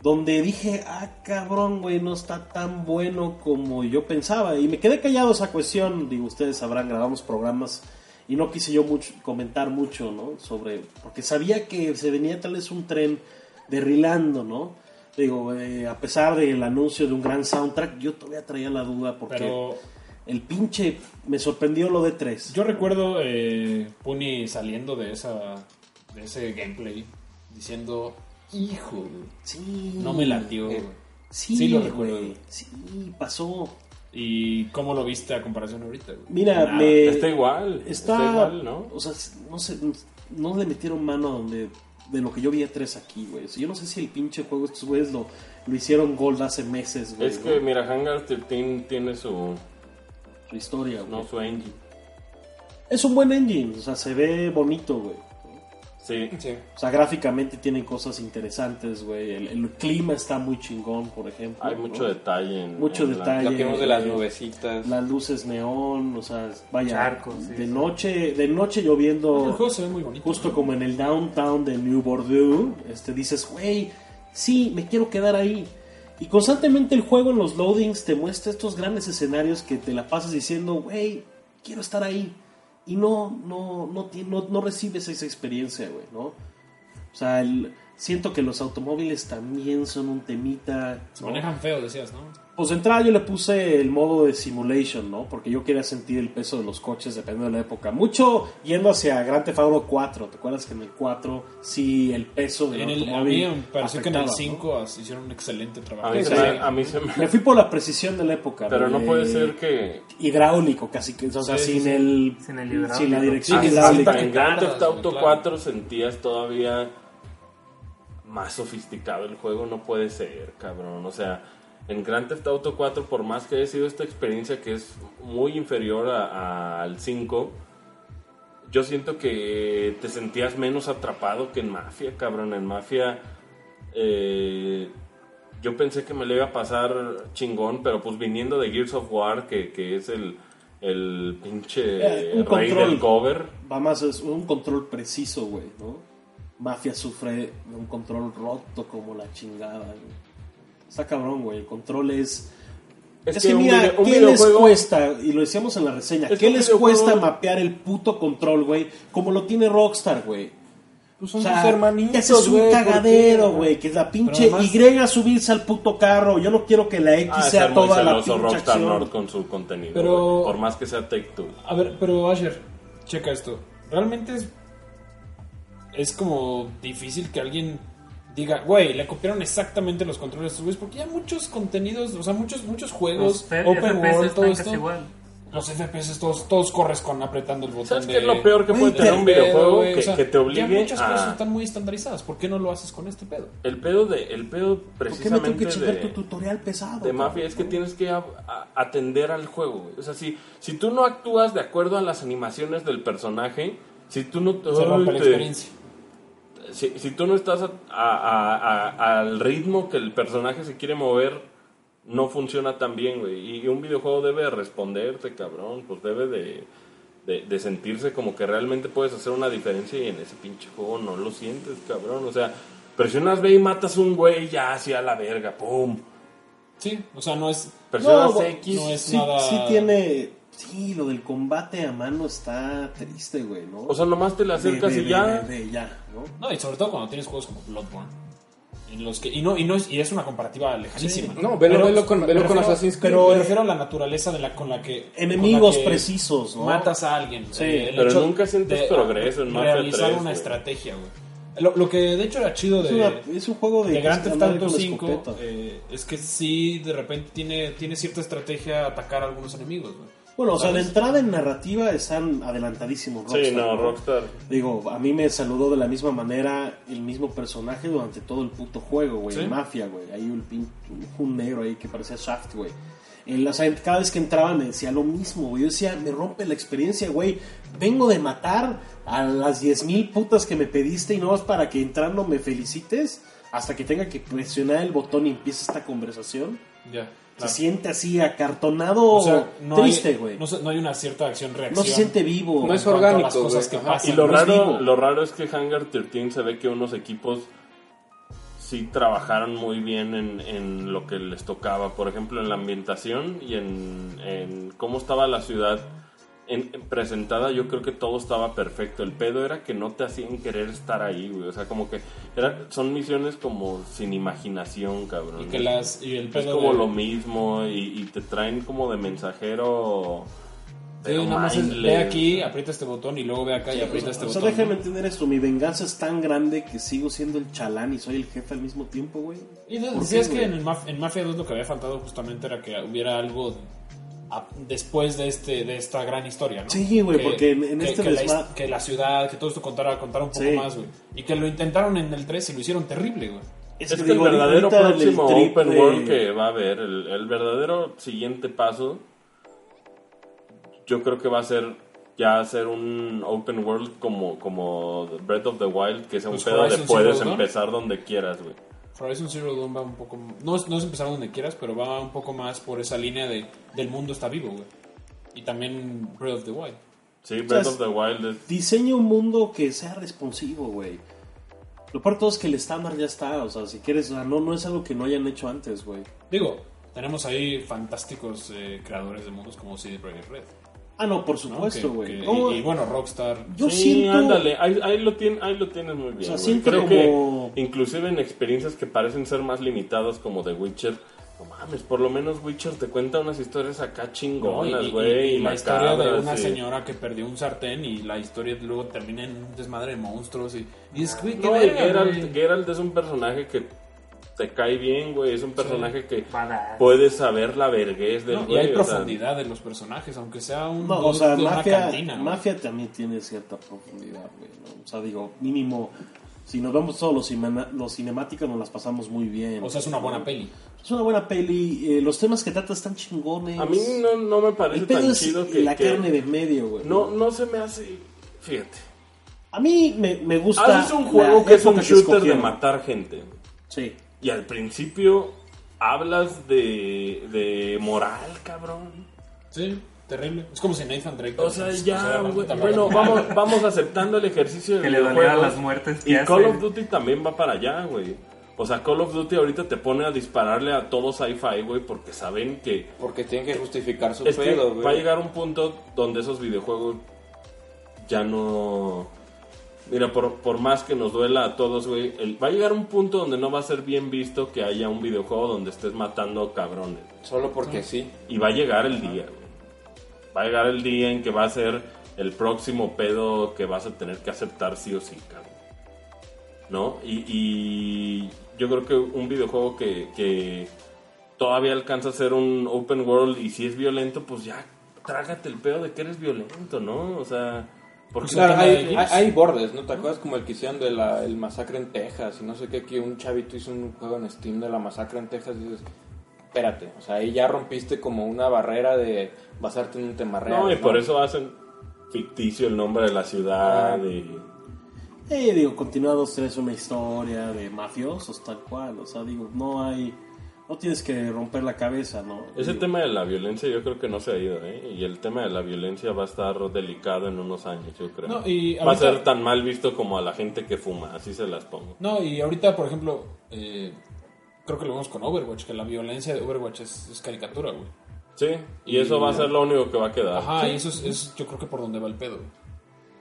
Donde dije, ah, cabrón, güey, no está tan bueno como yo pensaba. Y me quedé callado esa cuestión. Digo, ustedes sabrán, grabamos programas y no quise yo mucho, comentar mucho, ¿no? Sobre, porque sabía que se venía tal vez un tren derrilando, ¿no? Digo, eh, a pesar del anuncio de un gran soundtrack, yo todavía traía la duda porque... Pero El pinche me sorprendió lo de tres. yo recuerdo eh, Puni saliendo de esa de ese gameplay diciendo, hijo, güey, sí. no me latió. Eh, güey". Sí, sí lo güey, recuerdo. Sí, pasó. ¿Y cómo lo viste a comparación ahorita? güey? Mira, Nada, me está igual. Está, Eh, está- igual, ¿no? O sea, no sé, no le metieron mano a donde de lo que yo vi a tres aquí, güey. O sea, Yo no sé si el pinche juego estos güeyes lo, lo hicieron gold hace meses, güey. es ¿no? que, mira, Hangar 13 tiene su... su historia, güey. No, su engine. Es un buen engine, o sea, se ve bonito, güey. Sí. Sí. O sea, gráficamente tienen cosas interesantes, güey. El, el clima está muy chingón, por ejemplo. Hay ¿no? mucho detalle. En, Mucho en la- detalle. Lo que vemos de las eh, nubecitas. las luces neón, o sea, vaya, Charcos, sí, de sí. noche, de noche El Pues lloviendo, juego se ve muy bonito. justo ¿no? como en el downtown de New Bordeaux, este dices, güey, sí, me quiero quedar ahí. Y constantemente el juego en los loadings te muestra estos grandes escenarios que te la pasas diciendo, güey, quiero estar ahí. Y no, no, no, ti- no, no recibes esa experiencia, güey, ¿no? O sea, el- siento que los automóviles también son un temita. Se ¿no? manejan feo, decías, ¿no? Pues de entrada yo le puse el modo de simulation, ¿no? Porque yo quería sentir el peso de los coches dependiendo de la época. Mucho yendo hacia Grand Theft Auto 4. ¿Te acuerdas que en el 4 sí el peso del En el, a mí automóvil me pareció que en el afectaba, 5 as- hicieron un excelente A trabajo. mí, se Sí. me, a mí se me- ¿no? Me fui por la precisión de la época. Pero no eh, puede ser que... Hidráulico, casi que. O sea, Sí, sí, sin sí. el. Sin el hidráulico. sin la dirección Ah, sí, hidráulica. sí, En que Grand tardas, Theft Auto güey, claro. 4 sentías todavía más sofisticado el juego, no puede ser, cabrón. O sea, en Grand Theft Auto 4, por más que haya sido esta experiencia que es muy inferior a- a- al 5, Yo siento que te sentías menos atrapado que en Mafia, cabrón. En Mafia eh, yo pensé que me le iba a pasar chingón, pero pues viniendo de Gears of War, que, que es el, el pinche Eh, un rey control. del cover. Va más, es un control preciso, güey, ¿no? Mafia sufre de un control roto como la chingada, güey. Está cabrón, güey. El control es. Es, que, un mira, video- un ¿qué les videojuego- cuesta? Y lo decíamos en la reseña. Es que ¿Qué un les videojuego- cuesta mapear el puto control, güey? Como lo tiene Rockstar, güey. Pues son O sea, sus hermanitos, ese es un güey, ¿por qué? cagadero, güey. Que la pinche Pero además- Y subirse al puto carro. Yo no quiero que la X Ah, sea estar muy toda la celoso pinche Rockstar acción. North con su contenido. Pero- güey. Por más que sea Take Two. A ver, pero Asher, checa esto. Realmente es, es como difícil que alguien diga, güey, le copiaron exactamente los controles a estos güeyes", porque ya muchos contenidos, o sea, muchos, muchos juegos, Open World, todo esto, igual. los FPS, todos, todos corres con apretando el botón ¿Sabes de... qué es lo peor que Güey, puede tener del un pedo, videojuego? güey, Que, o sea, que te Ya obligue muchas cosas a... están muy estandarizadas, ¿por qué no lo haces con este pedo? El pedo, de, el pedo ¿Por qué me tengo precisamente que chingar de... tu tutorial pesado? de mafia es que tienes que a- a- atender al juego. güey. O sea, si, si tú no actúas de acuerdo a las animaciones del personaje, si tú no te- este Se rompe la te- experiencia. si, si tú no estás a- a- a- a- al ritmo que el personaje se quiere mover, no funciona tan bien, güey. Y un videojuego debe de responderte, cabrón. Pues debe de, de- de sentirse como que realmente puedes hacer una diferencia y en ese pinche juego no lo sientes, cabrón. O sea, presionas B y matas un güey ya hacia la verga, pum. Sí, o sea, no es... Presionas güey, X. no es Sí, nada... sí tiene... Sí, lo del combate a mano está triste, güey, ¿no? O sea, nomás te le acercas De- de- y ya. de- de- de ya, ¿no? No, y sobre todo cuando tienes juegos como Bloodborne. En los que, y, no, y, no es, y es una comparativa lejanísima. Sí. No, velo- velo con- me velo con refiero- Assassin's Creed, Pero me güey. refiero a la naturaleza de la, con la que. Enemigos con la que precisos, ¿no? Matas a alguien. Sí. el Pero hecho nunca sientes progreso en Mafia Realizar 3, una güey. estrategia, güey. Lo, lo que de hecho era chido Es, de. una- es un juego de... de Grand Theft andar Auto con 5 escopeta. eh, es que sí, de repente tiene, tiene cierta estrategia atacar a algunos enemigos, güey. Bueno, o sea, de ¿Sabes? entrada en narrativa están adelantadísimos. Sí, no, ¿no? Rockstar. Digo, a mí me saludó de la misma manera el mismo personaje durante todo el puto juego, güey. Sí. Mafia, güey. Hay un, pin- un negro ahí que parecía Shaft, güey. En la- o sea, cada vez que entraba me decía lo mismo, güey. Yo decía, me rompe la experiencia, güey. Vengo de matar a las 10.000 putas que me pediste y no vas para que entrando me felicites hasta que tenga que presionar el botón y empiece esta conversación. Ya. Se claro. siente así acartonado, O sea, no hay- triste, güey. No, No, se- no hay una cierta acción-reacción. se siente vivo. No es en cuanto a orgánico, las cosas güey. que Ajá. pasan. Y lo No es raro, vivo. lo raro es que Hangar 13 se ve que unos equipos sí trabajaron muy bien en, en lo que les tocaba. Por ejemplo, en la ambientación y en, en cómo estaba la ciudad en- en presentada, yo creo que todo estaba perfecto. El pedo era que no te hacían querer estar ahí, güey. O sea, como que era, son misiones como sin imaginación, cabrón. Y que las y el Es pedo como de- lo mismo y, y te traen como de mensajero. Sí, pero nada más es, ve mindless. aquí, aprieta este botón y luego ve acá y aprieta este O sea, botón. déjame ¿no? entender esto. Mi venganza es tan grande que sigo siendo el chalán y soy el jefe al mismo tiempo, güey. Y ¿Por de- si qué, es que güey? en, el Maf- en Mafia 2 lo que había faltado justamente era que hubiera algo a- después de este de esta gran historia, ¿no? Sí, güey, Que- porque en- en que- este que, la, les his- va- que la ciudad, que todo esto contara, contara un poco Sí. más, güey. Y que lo intentaron en el 3 y lo hicieron terrible, güey. Es, que, digo, el verdadero ahorita en el próximo trip Open de- World que va a haber, el, el verdadero siguiente paso, yo creo que va a ser ya hacer un Open World como, como Breath of the Wild, que es un Pues pedo de Horizon puedes Zero Dawn. empezar donde quieras, güey. Horizon Zero Dawn va un poco no es, no es empezar donde quieras, pero va un poco más por esa línea de del mundo está vivo, güey. Y también Breath of the Wild. Sí, Breath es- of the Wild es... Diseña un mundo que sea responsivo, güey. Lo peor de todo es que el estándar ya está. O sea, si quieres, o sea, no, no es algo que no hayan hecho antes, güey. Digo, tenemos ahí fantásticos eh, creadores de mundos como CD Projekt Red. Ah, no, por ¿no? supuesto, Que- güey. que- No, y, y bueno, Rockstar. yo sí, siento. ándale, ahí, ahí lo tien- ahí lo tienes muy bien. O sea, güey. siento Creo como- que inclusive en experiencias que parecen ser más limitadas como The Witcher, no mames, por lo menos Witcher te cuenta unas historias acá ¿no? Y- chingonas, y- güey. y la historia de macabras, una sí. señora que perdió un sartén y la historia luego termina en un desmadre de monstruos. Y, y es güey, qué No, y verga, Geralt, güey. Geralt es un personaje que te cae bien, güey. Es un personaje que Badass. puedes saber la verguez del No, y güey. hay o sea, profundidad de los personajes, aunque sea un No, o dude sea, de una mafia, cantina, güey. mafia también tiene cierta profundidad, güey. ¿no? O sea, digo, mínimo, si nos vemos todos los, cinema- los cinemáticos, nos las pasamos muy bien. O sea, es una buena peli. Es una buena peli. eh, los temas que trata están chingones. a mí no, no me El parece pedo tan es chido que. la que- carne de medio, güey. No, no se me hace. Fíjate. A mí me, me gusta. Haces un la juego que Ah, es un época shooter de escogieron. matar gente. Sí. Y al principio hablas de, de moral, cabrón. Sí, terrible. Es como si Nathan Drake. O sea, ya, güey, Pues, tampoco- bueno, vamos, vamos aceptando el ejercicio del Que le videojuego. doliera las muertes que Y hace. Call of Duty también va para allá, güey. O sea, Call of Duty ahorita te pone a dispararle a todo sci-fi, güey, porque saben que Porque tienen que justificar su es que pedo, güey. va a llegar un punto donde esos videojuegos ya no. Mira, por, por más que nos duela a todos, güey, el- va a llegar un punto donde no va a ser bien visto que haya un videojuego donde estés matando cabrones. Solo porque sí. Y va a llegar el día, güey. Va a llegar el día en que va a ser el próximo pedo que vas a tener que aceptar sí o sí, cabrón. ¿No? Y, y yo creo que un videojuego que, que todavía alcanza a ser un open world y si es violento, pues ya trágate el pedo de que eres violento, ¿no? O sea, porque Claro, tema de hay, Gears. hay- hay bordes, ¿no? ¿Te acuerdas como el que hicieron de la- el masacre en Texas? Y no sé qué, que un chavito hizo un juego en Steam de la masacre en Texas y dices, espérate, o sea, ahí ya rompiste como una barrera de basarte en un tema real. no, Ah. y por eso hacen ficticio el nombre de la ciudad y... Eh, digo, continúa dos, tres, una historia de mafiosos, tal cual. O sea, digo, no hay. No tienes que romper la cabeza, ¿no? Ese Digo, tema de la violencia yo creo que no se ha ido, ¿eh? Y el tema de la violencia va a estar delicado en unos años, yo creo. No, y va a ahorita- ser tan mal visto como a la gente que fuma, así se las pongo. No, y ahorita, por ejemplo, eh, creo que lo vemos con Overwatch, que la violencia de Overwatch es, es caricatura, güey. Sí, y eso va a ser lo único que va a quedar. Ajá, y eso es, es yo creo que por donde va el pedo, güey.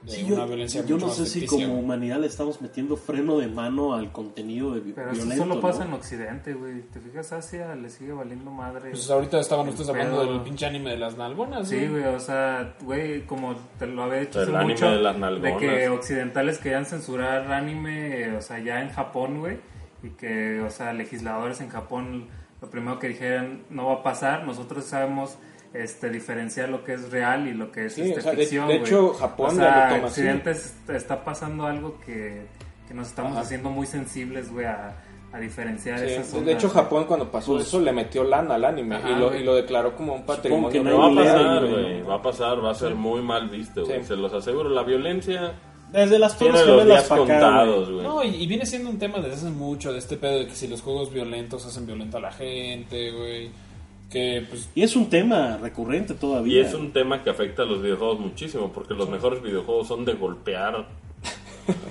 De sí, una yo, violencia yo mucho no más sé si ficticia, como güey. humanidad le estamos metiendo freno de mano al contenido de vi- Pero violento. eso solo pasa ¿no? en Occidente, güey. ¿Te fijas? Asia le sigue valiendo madre. Pues ahorita estaban ustedes El hablando pedo. del pinche anime de las nalgonas, Sí, güey, o sea, güey, como te lo había dicho El hace anime mucho, de las nalgonas. que occidentales querían censurar anime, eh, o sea, ya en Japón, güey, y que, o sea, legisladores en Japón lo primero que dijeron no va a pasar, nosotros sabemos este diferenciar lo que es real y lo que es Sí, este, o sea, de- ficción, de güey. hecho, Japón o ya sea, lo toma así. occidente es- está pasando algo que, que nos estamos Ajá. haciendo muy sensibles, güey, a, a diferenciar Sí, esas de ondas, hecho, güey. Japón cuando pasó eso le metió lana al anime Ajá, y, lo, güey. y lo declaró como un patrimonio. que Pero va a Ni idea, pasar, güey, güey, va a pasar, va a ser muy mal visto, güey. Sí. Se los aseguro, la violencia Desde las tiene torres los gemelas días para acá. güey. contados, güey. No, y, y viene siendo un tema desde hace mucho, de este pedo de que si los juegos violentos hacen violento a la gente, güey. Que pues Y es un tema recurrente Y todavía. es un tema que afecta a los videojuegos muchísimo, porque los mejores videojuegos son de golpear.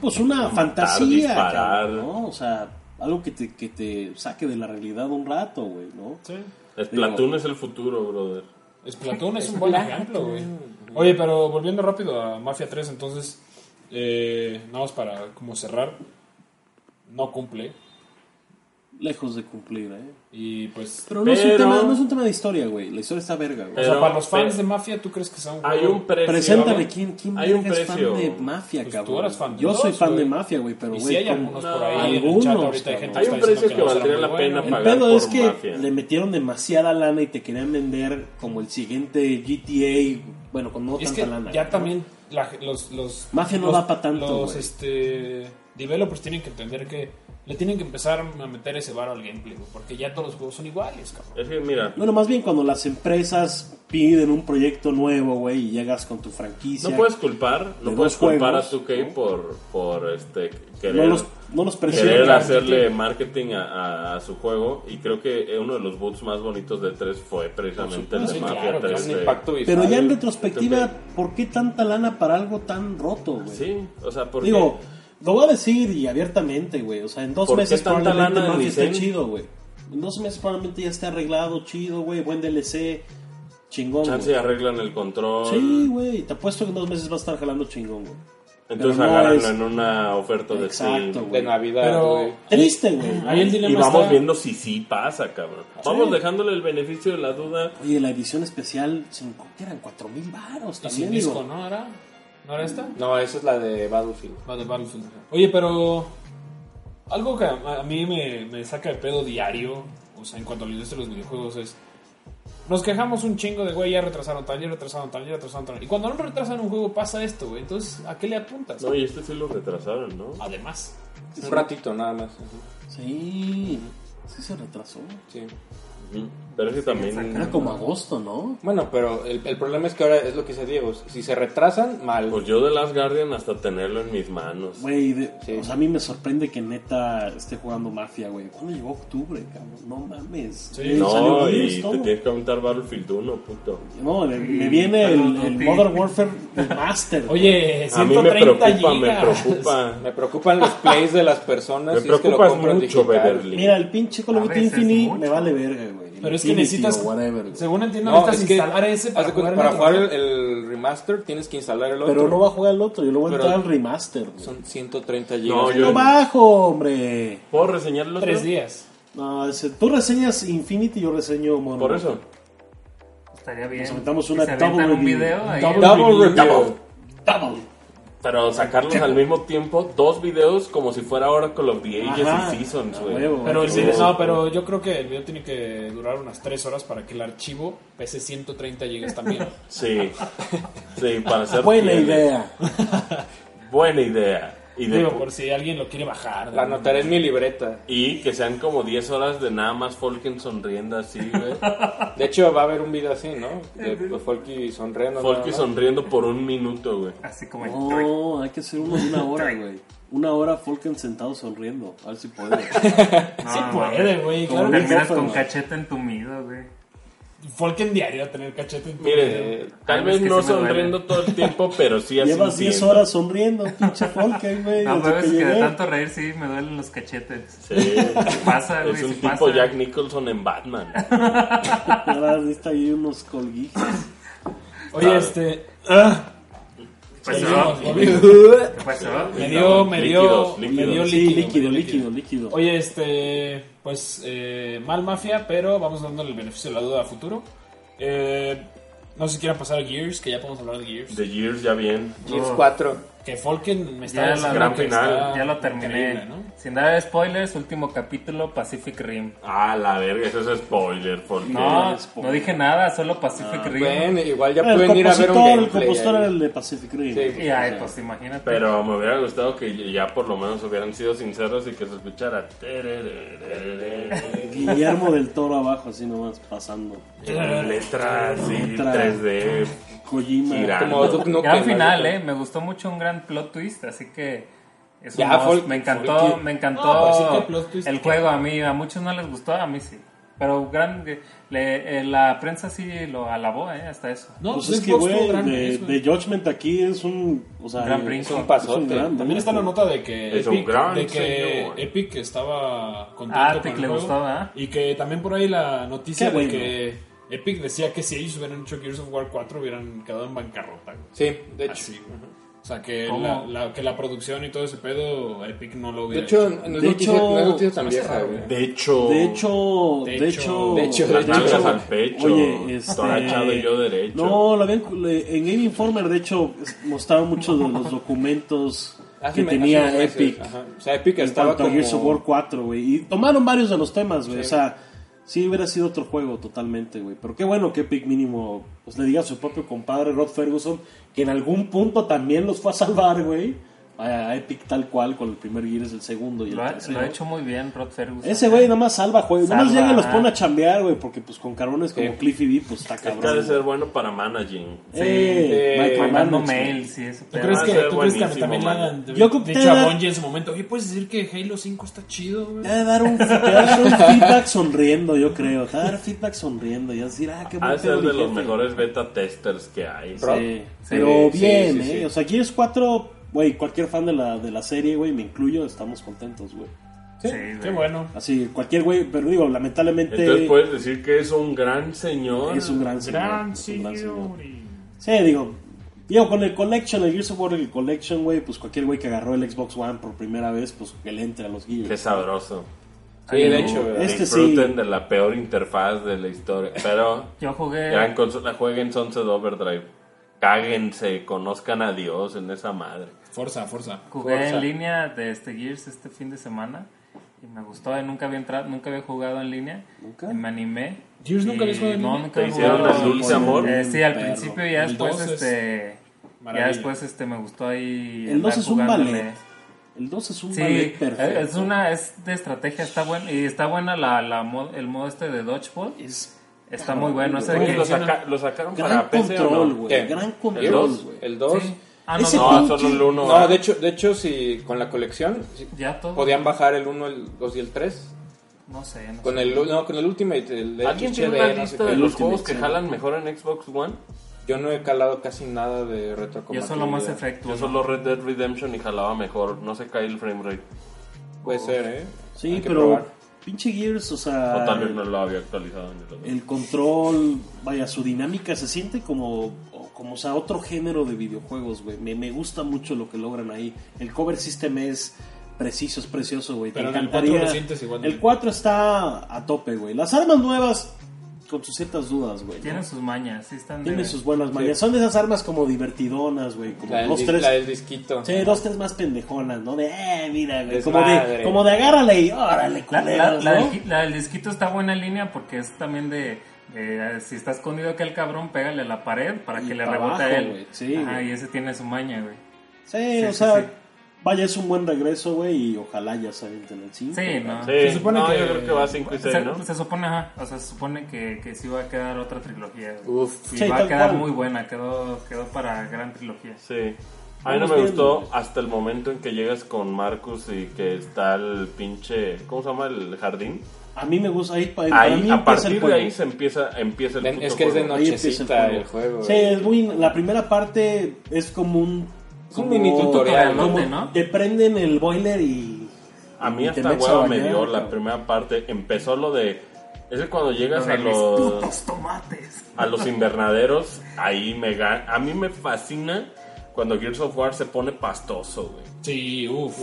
Pues una Matar, fantasía. disparar. cabrón, ¿no? O sea, algo que te, que te saque de la realidad un rato, güey, ¿no? Splatoon es el futuro, brother. Splatoon es un buen ejemplo, güey. Oye, pero volviendo rápido a Mafia 3, entonces, eh, nada más para como cerrar, no cumple. Lejos de cumplir, ¿eh? Y pues, Pero no, Es, Pero- un tema, no es un tema de historia, güey. La historia está verga, güey. o Pero- sea, para los fans pero- de Mafia, ¿tú crees que sea un Hay juego? un precio. Preséntame quién, quién Hay un verga es fan precio. de mafia, Pues tú cabrón. eras fan de Yo soy dos, fan de güey. mafia, güey, pero Y güey. sí hay con- algunos No, por ahí en el chat algunos, ahorita hay gente cabrón. que Hay un está diciendo precio que no será valdría muy la bueno. pena El pagar pedo por es que Mafia. le metieron demasiada lana y te querían vender como el siguiente GTA, bueno, con no Y es tanta que lana. ya ¿no? también la- los, los Mafia no los- da pa' tanto, Los güey. este developers tienen que entender que le tienen que empezar a meter ese varo al gameplay, güey, porque ya todos los juegos son iguales, cabrón. Es que, mira, Bueno, más bien cuando las empresas piden un proyecto nuevo, güey, y llegas con tu franquicia. No puedes culpar, no de puedes dos culpar a juegos, 2K ¿no? por, por este, No querer, los, no los querer presionas. hacerle marketing a, a- a su juego. Y creo que eh, uno de los boots más bonitos de 3 fue precisamente el Por supuesto, de sí, Mafia claro, 3. claro, un de- impacto visual. Pero ya en retrospectiva, ¿por qué tanta lana para algo tan roto, güey? Sí, o sea, porque Digo, lo voy a decir y abiertamente, güey. O sea, en dos ¿Por qué meses tanta probablemente lana de Mafia esté diseño? chido, güey. En dos meses probablemente ya esté arreglado, chido, güey. Buen DLC, chingón. chance güey. arreglan el control. Sí, güey. Te apuesto que en dos meses va a estar jalando chingón, güey. entonces pero no agárrenlo es- en una oferta Pues de Steam. Exacto, De güey. Navidad, Pero- güey. Triste, güey. Ahí el Y dilema vamos está- viendo si sí pasa, cabrón. Vamos dejándole el beneficio de la duda. Oye, la edición especial, cinco, ¿qué eran? Cuatro mil baros Y sin también, digo. disco, ¿no? ¿Era? ¿No era esta? No, esa es la de Battlefield. La de Battlefield. Oye, pero algo que a a mí me, me saca de pedo diario, o sea, en cuanto a la industria de los videojuegos, es... Nos quejamos un chingo de, güey, ya retrasaron tal, ya retrasaron tal, ya retrasaron tal. Y cuando no retrasan un juego pasa esto, güey. Entonces, ¿a qué le apuntas? No, y este sí lo retrasaron, ¿no? Además. Un ratito nada más. ajá. Sí, sí se retrasó. Sí. Pero es que también. Era como agosto, ¿no? Bueno, pero el, el problema es que ahora es lo que dice Diego. Si se retrasan, mal. Pues yo de Last Guardian hasta tenerlo en mis manos. Güey, de- Sí. o sea, a mí me sorprende que neta esté jugando Mafia, güey. ¿Cuándo llegó octubre, cabrón? No mames. Güey, salió no, en y Windows, te todo. tienes que aventar Battlefield 1, puto. No, le- me viene Call of el, el Duty. Modern Warfare el Master. güey. Oye, A mí me 130 preocupa, me gigas. preocupa. Me preocupan los plays de las personas. Me si es que lo preocupas compro en mucho, digital. Beverly. Mira, el pinche Call of A Duty veces Infinity mucho. me vale verga, güey. Pero es que Infinity necesitas. o whatever, güey. según entiendo, No, necesitas es que, instalar ese haz para de cuenta, jugar, en para el jugar el, otro. el remaster tienes que instalar el otro. Pero no va a jugar el otro, yo le voy a Pero- entrar al remaster, güey. Son 130 GB. No, yo- No bajo, hombre. ¿Puedo reseñarlo? Tres días. No, ese- tú reseñas Infinity, yo reseño Modern Por Warfare. eso. Estaría bien. Nos aventamos Si una se avientan double un review. video ahí. Double Double review. review. Double. Pero sacarlos al mismo tiempo, dos videos como si fuera ahora con los the Ages Ajá. y Seasons, A güey. huevo, güey. Pero, el no. video- no, pero yo creo que el video tiene que durar unas 3 horas para que el archivo pese 130 gigas también. Sí. Sí, para ser Buena fieles. idea. Buena idea. Y, de- Digo, por si alguien lo quiere bajar. La anotaré en mi libreta. y que sean como 10 horas de nada más Folken sonriendo así, güey. De hecho, va a haber un video así, ¿no? De, de Folky sonriendo. Folky nada más. sonriendo por un minuto, güey. Así como el Oh. tweet. No, hay que hacer uno de una hora, güey. Una hora Falcon sentado sonriendo. A ver si puedo. No, Sí no, puede, güey. Como Claro que Ah, Terminas Búfalo. con cachete entumido, güey. Folken diario a tener cachete. en tu video. Mire, eh, tal Ay, vez es que no sí me duele. sonriendo todo el tiempo, pero sí así. Llevas 10 sintiendo. horas sonriendo, pinche Falcon, güey. No, desde pero que es que de llegué. tanto reír sí me duelen los cachetes. Sí. Pasa, güey, Es un sí tipo pasa. Jack Nicholson en Batman. Ahora está ahí unos colguitos. Oye, Claro. este. ah, ¿Qué volvimos, pasó? volvimos. ¿Qué pasó? Me dio, me dio, Líquidos, me dio líquidos. Sí, líquido, me dio líquido, líquido, líquido. Oye, este, pues eh, mal mafia, pero vamos dándole el beneficio de la duda a futuro. Eh, no sé si quieran pasar a Gears, que ya podemos hablar de Gears. The Years ya bien. Gears No. 4. Que Falken me está Ya la diciendo gran que final. está Ya lo increíble, terminé. ¿no? Sin dar spoilers, último capítulo, Pacific Rim. Ah, la verga, eso es spoiler, porque No, spoiler. no dije nada, solo Ah, Pacific Rim. Ven, igual ya el pueden ir a ver un compositor, el gameplay. compositor ahí. era el de Pacific Rim. Sí. Y ay, pues imagínate. Pero me hubiera gustado que ya por lo menos hubieran sido sinceros y que se escuchara. terererererere. Guillermo del Toro abajo, así nomás, pasando. Letras y Letras. 3D. Kojima. Girar. Como Duke Nukem, ya al final, ¿no? eh, me gustó mucho un gran plot twist, así que es Ya, un must. folk- me encantó, folky. me No, encantó pues sí que plot twist el que- juego a mí, a muchos no les gustó, a mí sí. Pero gran, le- eh, la prensa sí lo alabó, eh, hasta eso. No, pues pues es que, Xbox tuvo güey, gran de, mes, güey. de Judgment aquí es un. O sea, Gran es brinco. un pasote. gran También está la brinco. nota de que Es un Epic, gran de que señor. Epic estaba contento Ah, con Epic el le juego. gustaba, ¿eh? Y que también por ahí la noticia Qué de bueno. que Epic decía que si ellos hubieran hecho Gears of War 4 hubieran quedado en bancarrota. güey. Sí, de hecho. Así, güey. O sea, que ¿Cómo? la, la- que la producción y todo ese pedo, Epic no lo De hubiera hecho, hecho. no es De noticia, hecho- ah, no es noticia tan se me hace vieja, raro, güey. De hecho, De hecho, De de, hecho- hecho, de hecho, las de hecho. nalgas al pecho. Oye, este- Todo agachado y yo derecho. No, lo habían, le- en Game Informer, de hecho, es- mostraba muchos de los documentos Hace que me- hace tenía unos meses, Epic. ajá. O sea, Epic En estaba cuanto a como... Gears of War 4, güey. Y tomaron varios de los temas, güey. O sea, sí hubiera sido otro juego totalmente, güey. Pero qué bueno que Epic mínimo pues, le diga a su propio compadre Rod Ferguson que en algún punto también los fue a salvar, güey. A Epic tal cual con el primer Gears, el segundo y el Lo ha, tercero. lo ha hecho muy bien Rod Ferguson. eh, Ese güey nada más salva juegos. Nada más Salva, llega y los ajá. pone a chambear, güey. Porque pues con cabrones como Sí. Cliffy B, pues está este ha de cabrón. ser bueno para managing. Sí, Eh, eh, Michael mandando Mannix, güey. mails y eso. ¿Tú pero- crees va a que, ser tú crees que buenísimo, también le man. hagan de- Yo creo que dicho te- a Bungie en su momento? Oye, ¿puedes decir que Halo 5 está chido, güey? Te va a dar un, te va a dar un feedback sonriendo, yo creo. Te va a dar feedback sonriendo. Y vas a decir, ah, qué Ha bueno. de ser de los mejores beta testers que hay. Bro. Sí, Sí, pero sí, bien, sí, ¿eh? sí. O sea, Gears 4, güey, cualquier fan de la, de la serie, güey, me incluyo, estamos contentos, güey. Sí, Qué güey. bueno. Así, cualquier güey, pero digo, lamentablemente Entonces pues, puedes decir que es un gran señor. es un gran señor. Gran es un señor. gran señor. Sí, digo, digo, con el Collection, el Gears of War, el Collection, güey, pues cualquier güey que agarró el Xbox One por primera vez, pues que le entre a los Qué Gears. sabroso. Sí, de hecho, güey. Este sí. Disfruten de la peor interfaz de la historia. Pero Yo jugué. gran consola, jueguen Sunset Overdrive. Cáguense, conozcan a Dios en esa madre. Forza, forza. Jugué Forza. en línea de este Gears este fin de semana y me gustó, eh, nunca había entrado, nunca había jugado en línea. ¿Nunca? Y me animé. ¿Gears y nunca habías jugado en no, línea? nunca ¿Te había hicieron jugado. el dulce amor? Eh, sí, al Perro. principio y ya El después dos es este ya maravilla. después este me gustó El ahí 2 andar es un jugándole. ballet. El 2 es un Sí, eh, ballet perfecto. es una es de estrategia, está buena y está buena la, la mod- el modo este de dodgeball. Es Está muy bueno ese de Oye, lo, que saca- lo sacaron gran para PC o control, no? güey. ¿Qué? Gran El control, 2, güey. el 2. Sí. Ah, no, Ese no, No, pinche- solo el uno. ¿eh? No, de hecho, de hecho si con la colección si ya todo. podían bajar el 1, el 2 y el 3. No sé, no Con sé. el no, con el Ultimate, el de ¿Alguien tiene HD, una no sé lista qué. de los Ultimate, juegos que sí. jalan mejor en Xbox One? Yo no he calado casi nada de Yo retrocompatibilidad. solo más Yo efecto. solo Red Dead Redemption y jalaba mejor. No se cae el frame rate. Puede ser, ¿eh? Sí, Hay que pero probar. pinche Gears, o O sea, tal vez no lo había actualizado. en el- Ah. el control, vaya, su dinámica se siente como, o como o sea, otro género de videojuegos, güey. Me, me gusta mucho lo que logran ahí. El cover system es preciso, es precioso, güey. Te Pero en el encantaría- 4 lo sientes igual de- El 4 está a tope, güey. Las armas nuevas, con sus ciertas dudas, güey. ¿no? Tienen sus mañas, sí están de- Tiene sus buenas mañas. Son de esas armas como divertidonas, güey. Como La del, dos, dis- tres. la del disquito. Sí, dos, tres más pendejonas, ¿no? De, eh, mira, güey. Como de, Desmadre. como de agárrale y órale, La, la, culeros, la ¿no? del, gi- la del disquito está buena en línea porque es también de. de, si está escondido aquel cabrón, pégale a la pared para Y que le para rebote a abajo, él. güey, sí, Ajá, güey. y ese tiene su maña, güey. Sí, Sí, o sí, sea, sí. vaya, es un buen regreso, güey, y ojalá ya se avienten el 5. Sí, no. Sí, Se supone no, que- yo creo que va a 5 y 6, Se, ¿no? se supone, ajá, o sea, se supone que, que sí va a quedar otra trilogía. güey. Uf. Y Sí, va a tal quedar cual. muy buena, quedó, quedó para gran trilogía. Sí. A mí no Vamos me viendo. gustó hasta el momento en que llegas con Marcus y que está el pinche. ¿Cómo se llama el jardín? A mí me gusta, ahí, pa- para Ahí, mí a empieza el partir de juego. ahí se empieza, empieza el Ven, puto es que es de juego. Ahí empieza nochecita el el juego. Sí, güey. es muy, la primera parte es como un... Es un mini tutorial, ¿no? como ¿no? Te prenden el boiler y... A mí y te hasta metes a hueva me bañar, dio la cabrón. primera parte. Empezó lo de. Es que cuando llegas a Los mis los, putos tomates. a los invernaderos, ahí me gana. A mí me fascina cuando Gears of War se pone pastoso, güey. Sí, uff.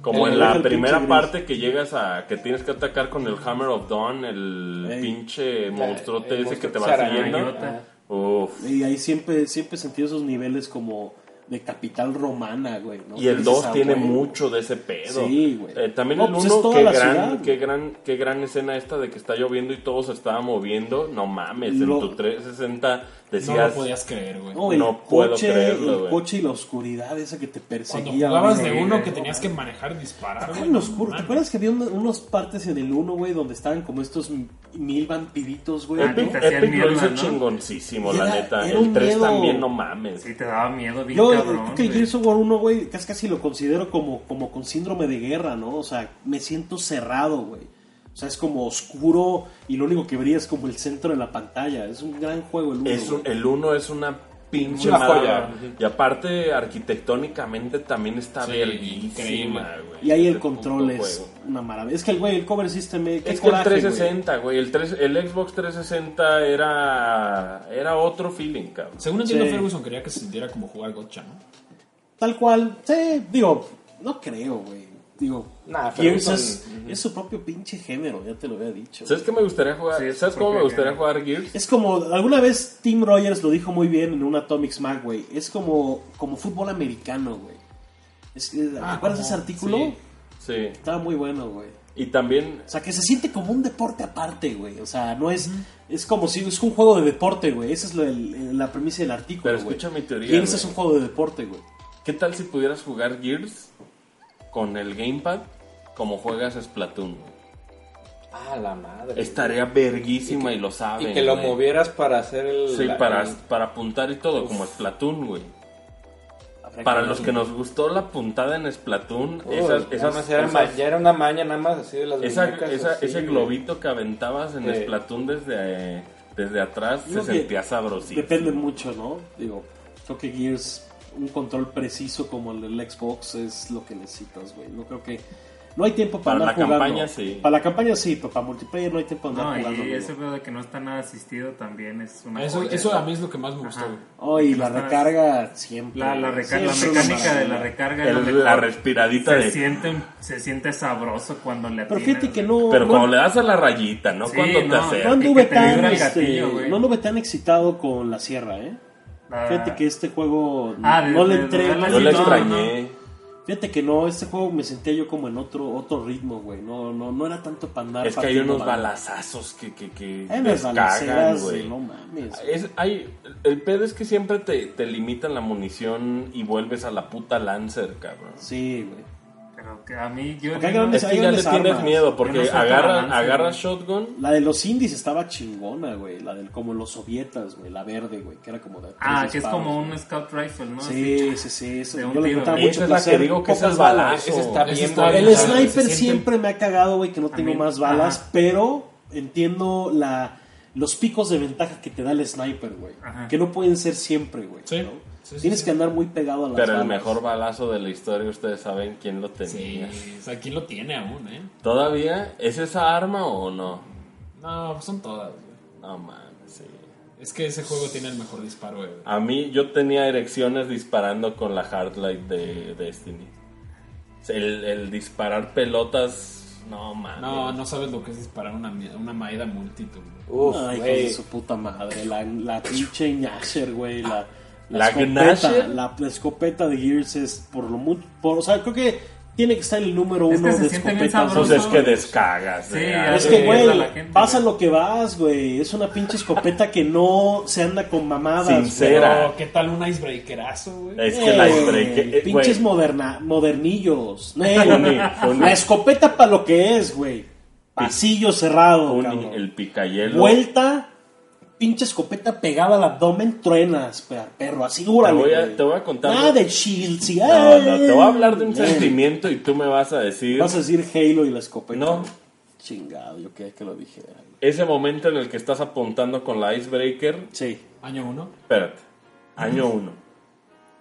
Como Eh, en es la el primera pinche gris. parte que llegas a que tienes que atacar con el Hammer of Dawn, el Ey. pinche monstruote el ese que te monstruo va siguiendo. arañota. Arañota. Uf. Y ahí siempre, siempre he sentido esos niveles como de capital romana, güey. ¿no? Y el Dices, 2 ah, tiene güey. mucho de ese pedo. Sí, güey. Eh, también No, el pues es 1, toda qué, la gran, ciudad, qué, güey. gran, qué gran escena esta de que está lloviendo y todo se estaba moviendo. No mames, Lo- en tu 360 No lo decías... podías creer, güey. No, el No puedo coche, creerlo, el güey. coche y la oscuridad esa que te Cuando perseguía. jugabas güey. de uno que tenías que manejar y disparar, Estaba güey. en oscuro. ¿Te Mames. acuerdas que había una- unos partes en el 1, güey, donde estaban como estos m- mil vampiritos, güey? Ah, Epic, te hacían Epic lo mierda, hizo ¿no? chingoncísimo, Era- la neta. era un El 3 miedo. también, no mames. Sí, te daba miedo, bien Yo eh, cabrón. creo que güey. Gears of War 1, güey, casi, casi lo considero como, como con síndrome de guerra, ¿no? O sea, me siento cerrado, güey. O sea, es como oscuro y lo único que brilla es como el centro de la pantalla. Es un gran juego el 1. Es un- el 1 es una pinche Una joya. joya. Y aparte, arquitectónicamente también está Sí, increíble. verguísima, güey. Y ahí el Este puto control es juego. una maravilla. Es que el güey, el cover system, eh, qué Es que el coraje, güey. 360, güey. El, tres- el Xbox 360 era, era otro feeling, cabrón. Según entiendo, Sí. Ferguson quería que se sintiera como jugar gotcha, ¿no? Tal cual, sí, digo, no creo, güey. Digo, Nah, pero Gears son- es, es su propio pinche género, ya te lo había dicho. ¿Sabes qué me gustaría jugar? Sí, es ¿Sabes porque cómo me gustaría que- jugar Gears? Es como, alguna vez Tim Rogers lo dijo muy bien en un Atomic Smack, güey. Es como, como fútbol americano, güey. Es, eh, ¿Te Ah, acuerdas de como- ese artículo? sí. Sí. Estaba muy bueno, güey. Y también O sea, que se siente como un deporte aparte, güey. O sea, no es... Es como si es un juego de deporte, güey. Esa es la, el- la premisa del artículo, Pero güey. escucha mi teoría, Gears güey. es un juego de deporte, güey. ¿Qué tal si pudieras jugar Gears con el gamepad como juegas Splatoon? güey? Ah, la madre. Estaría verguísima y, lo saben. Y que lo güey. movieras para hacer el. Sí, la- para, el- para apuntar y todo, como Splatoon, güey. Habrá Para ver. los que nos gustó la puntada en Splatoon, Oh, esas, nada más esas, era, esas- ma- ya era una maña nada más así de las esa- muñecas, esa- así, ese güey. globito que aventabas en Sí. Splatoon desde, desde atrás Digo se que sentía sabrosito. Depende mucho, ¿no? Digo, creo que Gears, un control preciso como el del Xbox es lo que necesitas, güey. No creo que... No hay tiempo para, Para andar la jugando. campaña, sí. Para la campaña sí, pero para multiplayer no hay tiempo para No, andar jugando. y amigo. ese pedo de que no está nada asistido también es una Eso, joya. eso a mí es lo que más me gustó, Ajá. güey. Oh, y que la no estás- recarga siempre. La, la, güey. reca- la Siempre mecánica una de la maravilla. recarga es lo El- mejor. la respiradita se de... siente, se siente sabroso cuando le Pero atinas, fíjate que no... Pero no- cuando le das a la rayita, ¿no? Sí, cuando te no, no acercas. anduve que te vibra tan, el este, gatillo, güey. no anduve tan excitado con la sierra, ¿eh? La- Fíjate que este juego Ah, de- no le de- de entré. darle Yo Sí, la no, extrañé. Fíjate que no, este juego me sentía yo como en otro otro ritmo, güey. No, no, no era tanto para andar. Es que hay unos balas balazazos que, que, que Hay unas descagan, balaceras, güey. no mames. Es, hay, el pedo es que siempre te, te limitan la munición y vuelves a la puta Lancer, cabrón. Sí, güey. Pero que a mí, yo. Porque hay grandes- Es que ya le grandes tienes armas. miedo Yo porque no soy tan agarran, avance, agarran güey. shotgun. La de los indies estaba chingona, güey. La del como los sovietas, güey. La verde, güey. Que era como de. ah, tres que es disparos, como güey. un scout rifle, ¿no? Sí, sí, sí. Eso, De un yo le tiro, encontraba güey. mucho Esa es la placer. que digo que Pocas esa es balas. bala. Esa está Esa bien está balanceada. bien El se sniper siente- siempre me ha cagado, güey, que no tengo También, más balas, ajá. pero entiendo la los picos de ventaja que te da el sniper, güey. Ajá. Que no pueden ser siempre, güey. Sí. ¿no? Sí, sí, Tienes sí. que andar muy pegado a las Pero el balas. mejor balazo de la historia, ustedes saben quién lo tenía. o sea, ¿quién lo tiene aún, eh? ¿Todavía es esa arma o no? No, pues son todas, güey. No mames, sí. Es que ese juego tiene el mejor disparo, eh. güey. A mí yo tenía erecciones disparando con la Hardlight de Destiny. El, el disparar pelotas, no mames. No, no sabes lo que es disparar una, mie- una maida multitud, güey. Uf, Ay, güey. hijo de su puta madre. La, la pinche Gnasher, güey. La, Ah, la, ¿La escopeta, Gnasher? la, la escopeta de Gears es por lo mucho. Por, o sea, creo que tiene que estar el número uno Es que se de siente bien escopetas. sabroso. Pues es que descagas. Sí, eh. ya Es que, güey, a la gente, vas a güey. lo que vas, güey. Es una pinche escopeta que no se anda con mamadas. Sincero. güey. Era. Pero, ¿qué tal un icebreakerazo, güey? Es que la Ey, icebreaker- eh, güey. Pinches moderna, modernillos. Ey, Funi, funi. la escopeta para lo que es, güey. Pasillo cerrado, Un- cabrón. el picayelo. Vuelta, pinche escopeta pegada al abdomen, truenas, pe- perro, así te, órale, voy a, güey. te voy a contar. Nada de shields, sí, No, ay. no, te voy a hablar de un Bien. sentimiento y tú me vas a decir. Vas a decir Halo y la escopeta. No. Chingado, yo quería que lo dijera. güey. Ese momento en el que estás apuntando con la icebreaker. Sí. Año 1. Espérate. Año 1.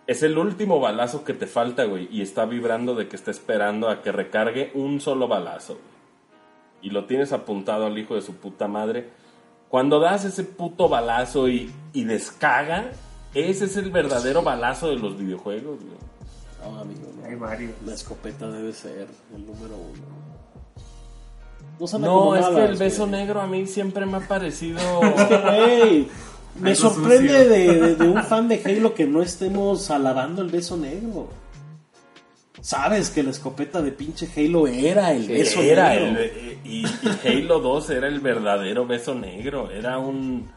Es el último balazo que te falta, güey. Y está vibrando de que está esperando a que recargue un solo balazo. güey. Y lo tienes apuntado al hijo de su puta madre. Cuando das ese puto balazo y, y descaga, ese es el verdadero balazo de los videojuegos, güey. No, amigo, no. Hay varios. La escopeta debe ser el número uno. No, se anda No, con es que mamadas, el beso güey. negro a mí siempre me ha parecido. Güey, me Algo sorprende sucio. de, de- de un fan de Halo que no estemos alabando el beso negro. Sabes que la escopeta de pinche Halo era el beso era negro. el- eh, y, y Halo 2 era el verdadero beso negro. Era un.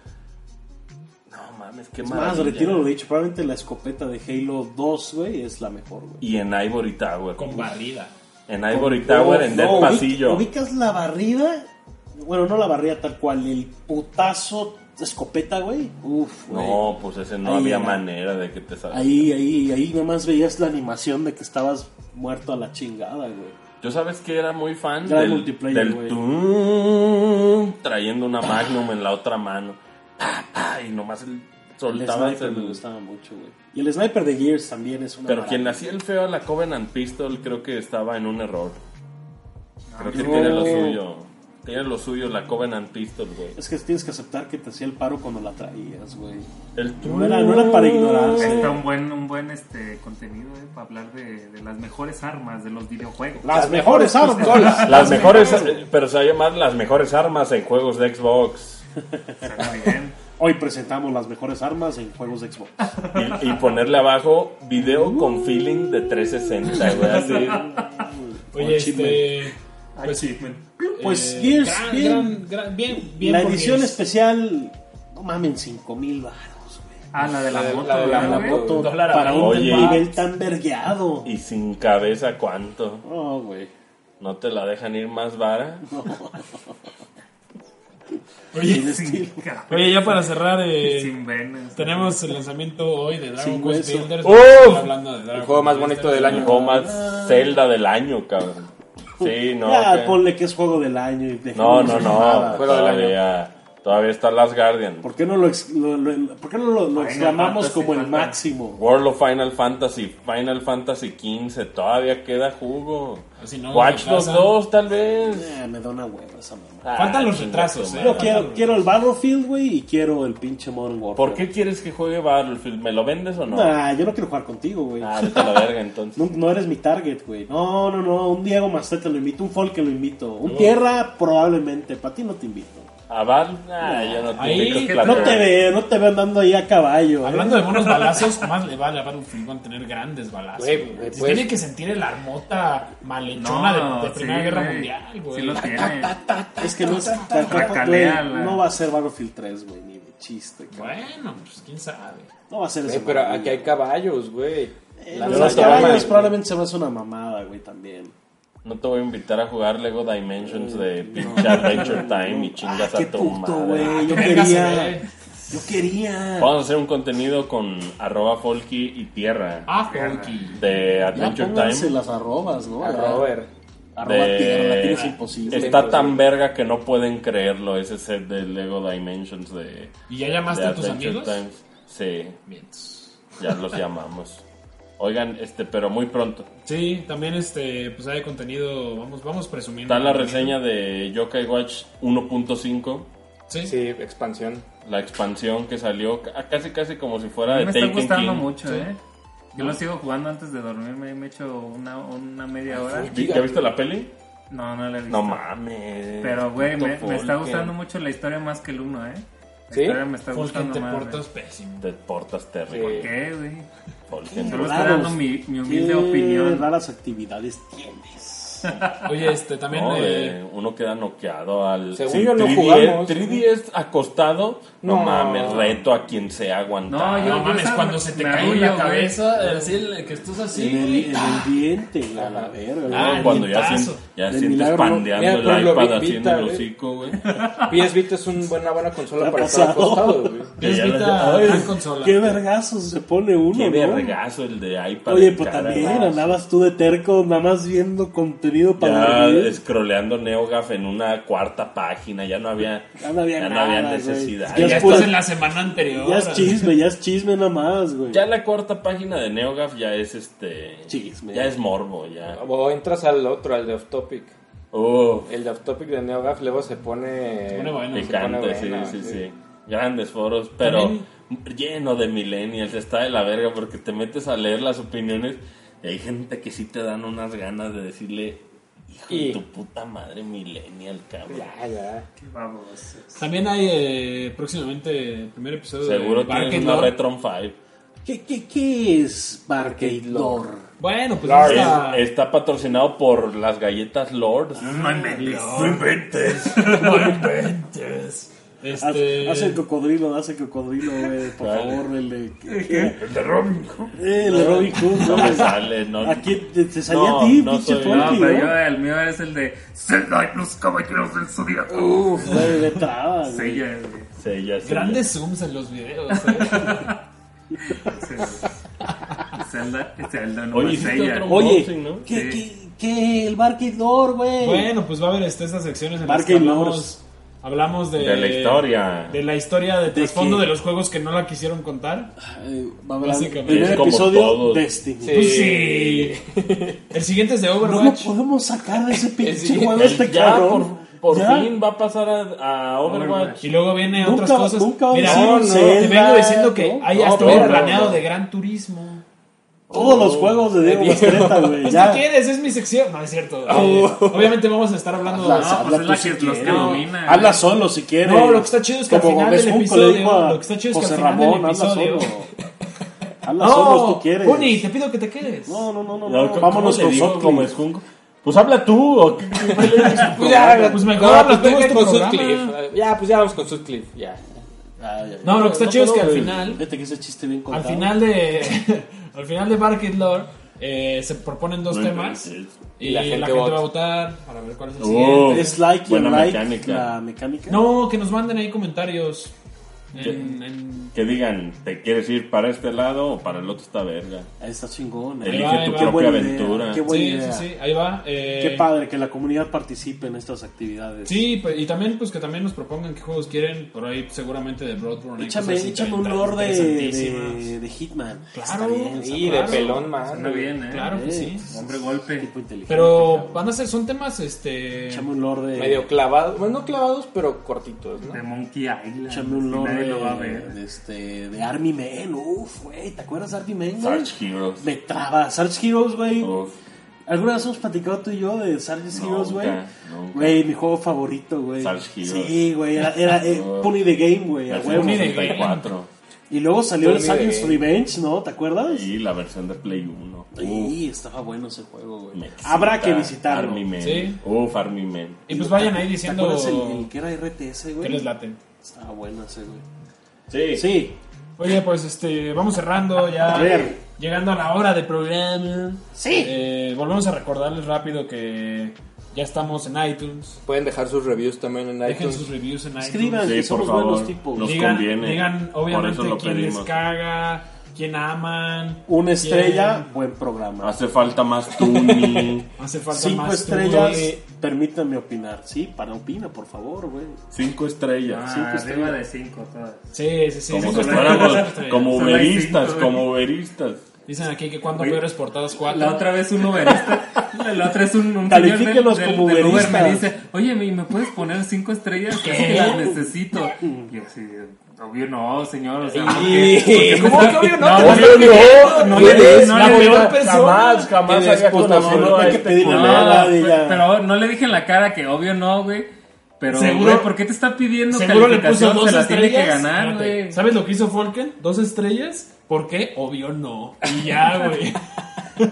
No mames, qué Es más, maravilla. retiro lo dicho. Probablemente la escopeta de Halo 2, güey, es la mejor, güey. Y en Ivory Tower. Con barrida. En Ivory Tower, en No, Dead ubic- Pasillo. ¿Ubicas la barrida? Bueno, no la barrida tal cual, el putazo escopeta, güey. Uf, güey. No, pues ese no Ahí había era. manera de que te salga. Ahí, ahí, ahí nomás veías la animación de que estabas muerto a la chingada, güey. Yo sabes que era muy fan Gran del, multiplayer, del güey. tum, trayendo una magnum en la otra mano. Pa, pa, y nomás el- El soltabas sniper el, me gustaba mucho, güey. pues, Y el sniper de Gears también es una. Pero quien le maravilla. hacía el feo a la Covenant Pistol creo que estaba en un error. Creo que no. tiene lo suyo. Tiene lo suyo la Covenant Pistol, güey. Es que tienes que aceptar que te hacía el paro cuando la traías, güey. El No era- no era para ignorarse. Está un buen, un buen este, contenido eh, para hablar de, de las mejores armas de los videojuegos. Las mejores armas. Las mejores, eh, pero se va a llamar las mejores armas en juegos de Xbox. Suena bien. Hoy presentamos las mejores armas en juegos de Xbox. Y, y ponerle abajo video con feeling de 360, güey. Así. Oye, Achievement. este. Pues sí. Pues Eh, Gears, gran, bien. gran, gran- bien, bien. la por edición Gears. especial, no mamen, 5000 baros, güey. Ah, la de la, La de- moto. la de la ¿verdad, La güey? moto dólar a para un Oye. nivel tan vergueado. Y sin cabeza, ¿cuánto? No, güey. ¿No te la dejan ir más vara? Oye, Tienes que- Sin cabeza, oye, ya para cerrar, eh, sin venas. tenemos el lanzamiento hoy de Dragon Sin Quest hueso. Builders. ¡Uf! Hablando de Dragon El juego más Quest bonito Builders. del El año. juego más Zelda del año, cabrón. Sí, no. ya, que- ponle que es juego del año. Y No, dejemos no, esas no. mamadas. Juego del año. Todavía, todavía está Last Guardian. ¿Por qué no lo, ex- lo- lo- ¿por qué no lo- lo Final exclamamos Fantasy, como el falta. máximo? World of Final Fantasy, Final Fantasy XV, todavía queda jugo. Así no, Watch me Dogs pasa. 2, tal vez. Eh, me da una hueva esa mamá. Faltan Ah, los chinga retrasos, tu eh. madre. Yo quiero, quiero el Battlefield, güey, y quiero el pinche Modern Warfare. ¿Por qué quieres que juegue Battlefield? ¿Me lo vendes o no? Nah, yo no quiero jugar contigo, güey. Ah, vete a la verga entonces. No, no eres mi target, güey. No, no, no. Un Diego Macete lo invito, un Folk lo invito. Un Tierra probablemente. Para ti no te invito. ¿A Val? Ah, yo no te Ahí, invito, que Platón. No te veo, no te veo andando ahí a caballo. ¿eh? Hablando de buenos balazos, más le vale a Battlefield One tener grandes balazos. Güey, güey. güey, Se pues- tiene que sentir el armota malhechona No, de, de Primera sí, Guerra güey. Mundial, güey. Sí lo tiene. Es que no es. Guacalea, güey, la- no va a ser Battlefield 3, güey, ni de chiste, cabrón. Bueno, pues quién sabe. No va a ser Güey, ese. pero maravilla. aquí hay caballos, güey. Eh, La lo de los Sayama, caballos güey. probablemente se me hace una mamada, güey, también. No te voy a invitar a jugar Lego Dimensions de pinche Adventure Time y chingas Ah, qué a tu puto, madre. Ah, güey. Yo venga, quería. se ve. Yo quería. Vamos a hacer un contenido con arroba folky y tierra Ah, Folky. de Ya Adventure pónganse Time. las arrobas, ¿no? A Robert. Arroba de- tierra, la tienes imposible. Está tan verga que no pueden creerlo ese set de Lego Dimensions de, ¿Y ya de llamaste a tus Adventure amigos? Time. Sí, Vientos. ya los llamamos. Oigan, este, pero muy pronto. Sí, también este, pues hay contenido, vamos, vamos presumiendo. Está la reseña de Yokai Watch 1.5, Sí, Sí, expansión. la expansión que salió ca- casi casi como si fuera A de mí me está Taken gustando King. mucho, ¿eh? Yo lo sigo jugando antes de dormirme. Me he hecho una, una ¿Ah, media hora. Vi- ¿Ya viste la peli? No, no la he visto. No mames. Pero, güey, puto me, me está Folker. gustando mucho la historia más que el uno, ¿eh? La ¿Sí? historia me está Folken, gustando te más. güey. portas pésimo. Te portas terrible. Sí. ¿Qué, güey? Folker. Solo raros. estoy dando mi, mi humilde Qué opinión. raras actividades tienes. Oye, este, también... No, eh, de- uno queda noqueado al. Según yo no 3D jugamos. 3DS acostado. No, No. mames, reto a quien sea aguantar. No, no yo mames, esa- cuando se te me cae en la arrullo, güey. cabeza, así el- que estás así, en, el, güey. en el diente, güey, a la verga. güey. Ah, cuando ya, dientazo. sien- ya De sientes milagro, mira, pandeando por el lo iPad Big haciendo Vita, el güey. hocico, güey. PS Vita es un- buena, buena consola Ya para estar pasado. acostado, güey. Es Ya la- Vita, ay, gran consola. Qué vergazos se pone uno, Qué ¿no? vergazo el de iPad. Oye, en pues cara, también güey. andabas tú de terco, nada más viendo contenido para Ya dormir. scrolleando NeoGaf en una cuarta página, ya no había, Ya no había ya nada, güey. necesidad. Ya Ya Ya, es- estás en la semana anterior. pues, Ya es chisme, ya es chisme nada más, güey. ya la cuarta página de NeoGaf ya es este, Chisme. ya es morbo, ya. O entras al otro, al de Off Topic. Uf. El de Off Topic de NeoGaf luego se pone... Se pone bueno. se Picante, pone sí, bueno, sí, sí, Grandes foros, pero lleno de millennials. Está de la verga porque te metes a leer las opiniones y hay gente que sí te dan unas ganas de decirle, hijo de Y- tu puta madre millennial, cabrón. Ya, ya. Vamos. También hay eh, próximamente el primer episodio Seguro de Bark tienes and una Lore. Retron 5. ¿Qué, qué, qué es Barcade Lore? Bueno, pues Lore. es Es- la- está patrocinado por las galletas Lord. Haz, Este, haz el cocodrilo, haz el cocodrilo, güey, por Vale. favor, el de... El de Robin Hood. Eh, el de Robin Hood, No güey. me sale, no. Aquí te, te salía No, a ti, no pinche soy- No, Folky, pero ¿no? yo, el mío es el de Zelda y los caballeros del zodiaco. Uf, güey, me traba, Sí, güey. ya, güey. Sí, ya sé. grandes zooms en los videos. ¿eh? Sí, güey. Zelda, Zelda no Oye, es ¿hiciste ella. otro? Oye, Unboxing, ¿no? ¿qué, Sí. qué, qué? El Barcade Lore, güey. bueno, pues va a haber este, estas secciones en las Bark que and hablamos, hablamos de, De la historia. de la historia de trasfondo que- de los juegos que no la quisieron contar. Eh, va a haber Básicamente. primer Es como episodio, todos. Destiny. Sí. Pues sí. el siguiente es de No lo Overwatch. podemos sacar de ese pinche Sí, juego El- este ya, cabrón. por, por Ya. fin va a pasar a, a Overwatch. y luego viene Nunca- otras cosas. nunca va a Mira, decir no, un te vengo Zelda, diciendo que ¿no? hay No, hasta no, un no, planeado no. de Gran Turismo. Todos los juegos de Diego Mastreta, Pues güey. no Ya. Ah, quieres, es mi sección. No, es cierto. Eh, Obviamente vamos a estar hablando de... No, pues es la tú que- si los que quieres. domina, ¿eh? Habla güey. solo si quieres. No, lo que está chido es que al Como final Gómez del Junco le dijo episodio- a lo que está chido es que José al final del Ramón, habla episodio- solo. Habla solo si tú quieres. Juni, te pido que te quedes. No, no, no, no. No, no, ¿cómo Vámonos le con digo Sotcliffe. como Skunk? Pues habla tú. ¿o qué? Pues ya, Pues pues mejor no, habla pues tú de tú este con programa. Sutcliffe. Ya, pues ya vamos con Sutcliffe, ya. Ah, ya, ya. No, lo que está No, chido es no, que al güey. final, Fíjate que ese chiste bien al contado. final de, al final de Barkid Lore, eh, se proponen dos No temas inventes. y la gente, va a votar para ver cuál es el Oh. siguiente. Es like y Buena like mecánica. la mecánica. No, que nos manden ahí comentarios en, en- Que digan, ¿te quieres ir para este lado o para el otro esta verga? Ah, Está chingón. eh. Elige va, ahí tu va. propia buena aventura. idea, Qué buena sí, idea. sí, sí, ahí va. eh, Qué padre que la comunidad participe en estas actividades. Sí, pe- y también pues que también nos propongan qué juegos quieren, por ahí seguramente de Bloodborne. hay Échame, cosas échame un inter- lore de, interesantísimas. de, de Hitman. Claro. Está bien, Y está de claro. pelón más. Suena bien, ¿eh? Claro que sí. Hombre, golpe. Tipo inteligente, Pero cabrón. van a ser, son temas, este... Échame un lore de. Medio clavados, bueno, no clavados, pero cortitos, ¿no? De Monkey Island. Échame un si lore nadie de, lo va a ver. de este, de Army Men. Uf, güey. ¿Te acuerdas de Army Men? güey? Sarge Heroes. Me traba. Sarge Heroes, güey. Uf. ¿Alguna vez hemos platicado tú y yo de Sarge Nunca, Heroes, güey? nunca. Güey, mi juego favorito, güey. Sarge Heroes. Oh. Sí, güey. Era, era eh, Pony the Game, güey. a el huevo. 64. Y luego salió Pony el the Sarge's Game. Revenge, ¿no? ¿Te acuerdas? Y la versión de Play 1. Uf, Sí, estaba bueno ese juego, güey. me excita. Habrá que visitarlo. Army Man. Sí. Uf, Army Man. Y pues vayan ahí ¿Te diciendo acuerdas el, el que era RTS, que güey? les late. Estaba bueno ese, güey. Sí. Sí, Oye, pues este, vamos cerrando ya. a ver. llegando a la hora de programa. Sí. Eh, volvemos a recordarles rápido que ya estamos en iTunes. Pueden dejar sus reviews también en Dejen sus iTunes. reviews en iTunes. Escriban Sí, que por somos favor. buenos tipos. Nos digan, conviene. digan, Por obviamente eso lo quién pedimos. les caga, quién aman. Una quién- estrella, buen programa. Hace falta más Tuni. Hace falta Cinco más estrellas, tunes. Eh, permítanme opinar. Sí, para opina, por favor, güey. Cinco estrellas. Ah, estrellas. arriba de 5 todas. Sí, sí, sí. Como cinco si estrellas, fuéramos cinco estrellas. como Solo hay uberistas, cinco, como uberistas. Dicen aquí que cuando Oye, peores portadas cuatro. La otra vez un uberista, la otra es un, un señor del, Califíquenos del- como del Uber me uberistas. dice, oye, mi, ¿me puedes poner cinco estrellas? Es que las necesito. Y yo así, obvio no, señor, o sea, ¿por qué? ¿Por qué me ¿Cómo está- que obvio no? No, Obvio no, no le eres dije, no la le dije. peor persona. Jamás, jamás había Pues, no, conocido no a hay que este pedirle No, nada de pe- ya. pero no le dije en la cara que obvio no, güey. Pero, Seguro- güey, ¿por qué te está pidiendo Seguro le puso calificación? dos Se la tiene estrellas. que ganar, Espérate, güey. ¿Sabes lo que hizo Folken? Dos estrellas. ¿Por qué? Obvio no. Y ya, güey.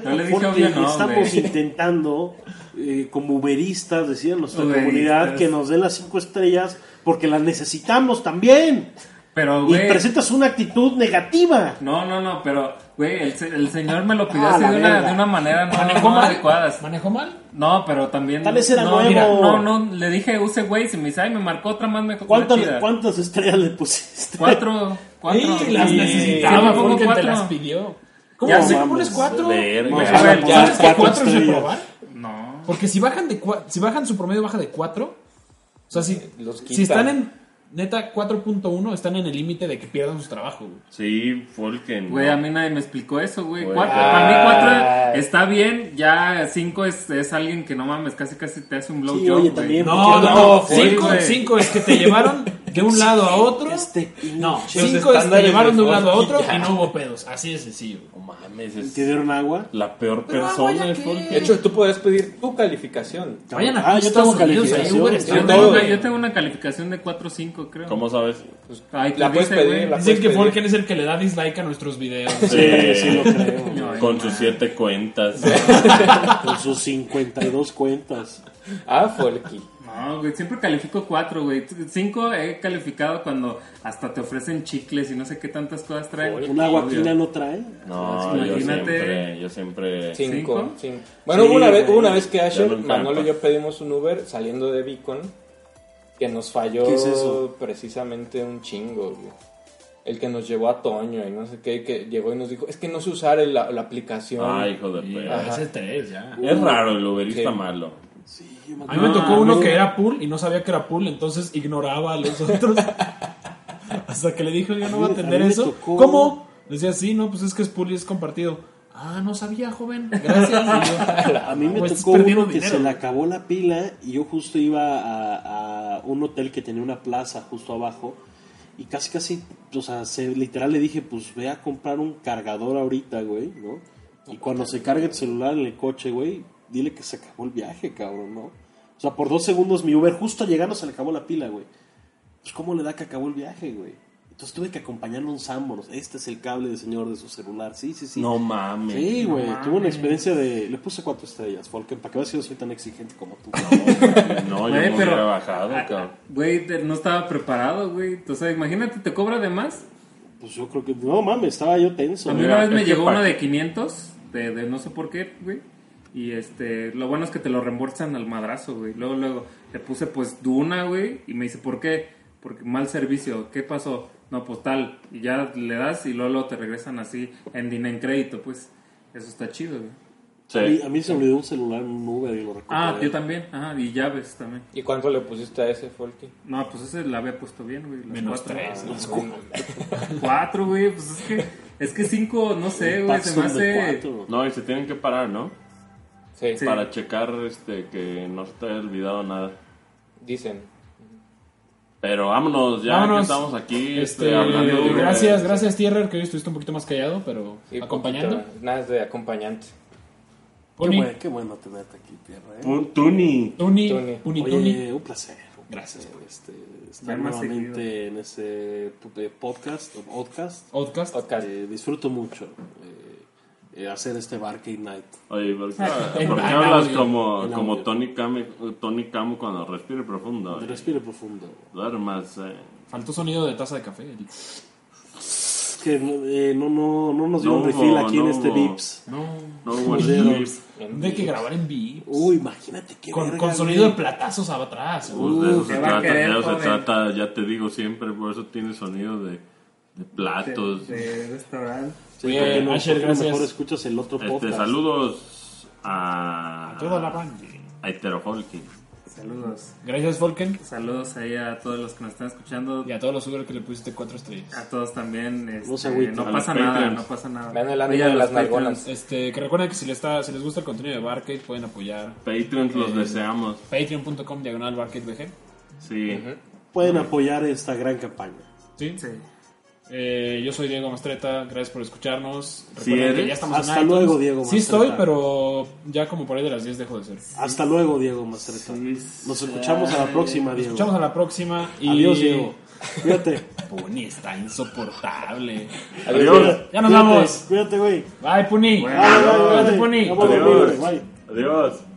No le dije Porque obvio no, estamos güey. intentando, eh, como uberistas, decir a nuestra Uberistas. comunidad que nos dé las cinco estrellas porque las necesitamos también. Pero, Y güey, presentas una actitud negativa. No, no, no, pero, güey, el, se- el señor me lo pidió Ah, así la de una, verga. de una manera no, ¿Manejó no mal? adecuada. ¿Manejó mal? No, pero también. Tal vez era no, nuevo. no, no, le dije use güey, se me dice, ay, me marcó otra más, me ¿Cuántas, una chida". cuántas estrellas le pusiste? Cuatro, cuatro. Y las Sí, necesitaba le pongo Folken te cuatro. las pidió. ¿Cómo? Ya ¿Por sé. qué pones cuatro? Verga. Güey, Ah, a ver, ya. ya- ¿Sabes que cuatro cuatro es estrellas. reprobar? No. Porque si bajan de cua- si bajan su promedio baja de 4, o sea, si, Eh, Los si quitan. están en neta 4.1 están en el límite de que pierdan su trabajo. güey. Sí, Folken. Güey, a mí nadie me explicó eso, güey. Güey. Cuatro, Ay. para mí cuatro está bien, ya cinco es, es alguien que no mames, casi casi te hace un blow Sí, job, oye, güey. también. No, porque no, sí, 5 güey. es que te llevaron de un lado a otro. Este no, pinche- 5 es que te estándares llevaron de un de lado a otro Forky, y ya. no hubo pedos, así de sencillo. No mames, es ¿Te dieron agua? la peor Pero, persona vaya de que- Folken. De hecho, tú podrías pedir tu calificación. Vayan a Ah, yo tengo Estados Unidos, ahí calificación. Uber Yo está Yo bien. tengo, Todo. yo tengo una calificación de 4-5, creo. ¿Cómo sabes? Pues, Ay, la pues puedes dice, pedir, güey. la Dicen puedes que pedir. Folken es el que le da dislike a nuestros videos. Sí, eh, sí lo creo. No, Con no, sus no. siete cuentas. Con sus 52 cuentas. Ah, Folky. No, güey, siempre califico cuatro, güey. Cinco he calificado cuando hasta te ofrecen chicles y no sé qué tantas cosas traen. ¿Un aguaquina no trae? No, yo Imagínate. siempre, yo siempre. Cinco. ¿Cinco? cinco. Bueno, Sí, hubo una, vez, güey. hubo una vez que Asher, Ya me Manolo y encanta. yo pedimos un Uber saliendo de Beacon que nos falló ¿Qué es eso? precisamente un chingo, güey. El que nos llevó a Toño y no sé qué, que llegó y nos dijo, es que no sé usar el- la, la aplicación. Ay, hijo de Ah. perra. Ajá. Ese es 3 ya. Es raro el uberista Sí. malo. Sí, yo me A mí me acuerdo. tocó uno Ah, Ah, no. que era pool y no sabía que era pool, entonces ignoraba a los otros. Hasta que le dijo, yo no voy a mí- a atender mí me eso. tocó- ¿Cómo? Decía, sí, no, pues es que es pool y es compartido. Ah, no sabía, joven. Gracias. Y yo, A mí me "Pues, estás tocó perdiendo uno que dinero". se le acabó la pila y yo justo iba a, a un hotel que tenía una plaza justo abajo y casi casi, o sea, se- literal le dije, pues ve a comprar un cargador ahorita, güey, ¿no? Y cuando se cargue el celular en el coche, güey, dile que se acabó el viaje, cabrón, ¿no? O sea, por dos segundos mi Uber justo llegando se le acabó la pila, güey. Pues cómo le da que acabó el viaje, güey. Entonces tuve que acompañarlo a un Sanborns. Este es el cable de señor de su celular. Sí, sí, sí. No mames. Sí, güey, tuve una experiencia de... Le puse cuatro estrellas, porque para que veas que yo soy tan exigente como tú. No, yo Güey, no pero- hubiera bajado, Ah, cabrón. Güey, te- no estaba preparado, güey. O sea, imagínate, te cobra de más. Pues yo creo que... No, mames, estaba yo tenso. A mí güey. Mira, una vez me es que llegó pa- uno de 500, de, de no sé por qué, güey. Y este, lo bueno es que te lo reembolsan al madrazo, güey. Luego, luego, le puse pues Duna, güey. Y me dice, ¿por qué? Porque mal servicio, ¿qué pasó? No, pues tal. Y ya le das y luego, luego te regresan así en, din- en crédito, pues. Eso está chido, güey. Sí. A mí- A mí se me olvidó un celular en un Uber y lo recuperé. Ah, yo también. Ajá, y llaves también. ¿Y cuánto le pusiste a ese Folky? No, pues ese la había puesto bien, güey. las Menos cuatro. tres, Ah, Cuatro, güey. Pues es que, es que cinco, no sé, güey. Se me Paxton de hace. cuatro. No, y se tienen que parar, ¿no? Sí, Sí. Para checar este, que no se te haya olvidado nada. dicen. Pero vámonos, ya Vámonos. que estamos aquí este, Este, hablando. de- gracias, gracias, Tierrer, que hoy estuviste un poquito más callado, pero Sí, acompañando. poquito, nada de acompañante. Qué, Puni, bueno, qué bueno tenerte aquí, tierra. ¿eh? Pun- Tuni. Tuni, Tuni. Puni, Tuni. Oye, un placer. Gracias, por este, estar Ven más nuevamente en este eh, podcast, o podcast. Podcast. Podcast. Eh, disfruto mucho eh, eh, hacer este Barcade Night. Oye, ¿por qué, En- por qué en hablas audio, como, en como audio. Tony, Cam, Tony Camo cuando respire profundo? eh? Respire profundo. Duermas. eh. Faltó sonido de taza de café. es que eh, no, no, no nos dieron No refill hubo, aquí en no este hubo. Vips. No. No hubo el Joder. Vips. De que grabar en vivo. Uy, imagínate qué Con, verga, con güey. sonido de platazos atrás. güey. Pues de eso se se va a trata, de querer, eso se joven. trata, ya te digo siempre, por eso tiene sonido de, de platos. de, de restaurante. Que Bien, no, Asher, porque Eh, Mejor gracias. escuchas el otro Este, podcast. saludos a, Toda la banda. a Heteroholkin. Saludos. Gracias, Volken. Saludos ahí a todos los que nos están escuchando. Y a todos los Uber que le pusiste cuatro estrellas. A Ah. todos también. este, se agüiten. no A pasa los nada, Patreons. no pasa nada. Vean el anime Oye, a de los las Patreons. nalgonas. Este, que recuerden que si les, está, si les gusta el contenido de Barcade, pueden apoyar. Patreons los deseamos. Patreon.com diagonal BarcadeBG. Sí. Pueden apoyar esta gran campaña. ¿Sí? Sí. Eh, yo soy Diego Mastreta, gracias por escucharnos. Sí Recuerden que eres. ya estamos Hasta en iTunes. luego, Diego Sí Mastreta. estoy, pero ya como por ahí de las 10 dejo de ser. Nos Hasta luego, Diego Mastreta. Nos escuchamos a la próxima, Diego. escuchamos a la próxima y... Adiós, Diego. Cuídate. Puni está insoportable. Adiós. Ya nos Cuídate, vamos. Cuídate, güey. Bye, Puni. Bueno, Bye, bye, bye, Cuídate, bye. Puni. Ya vamos, Adiós. güey, bye. Adiós.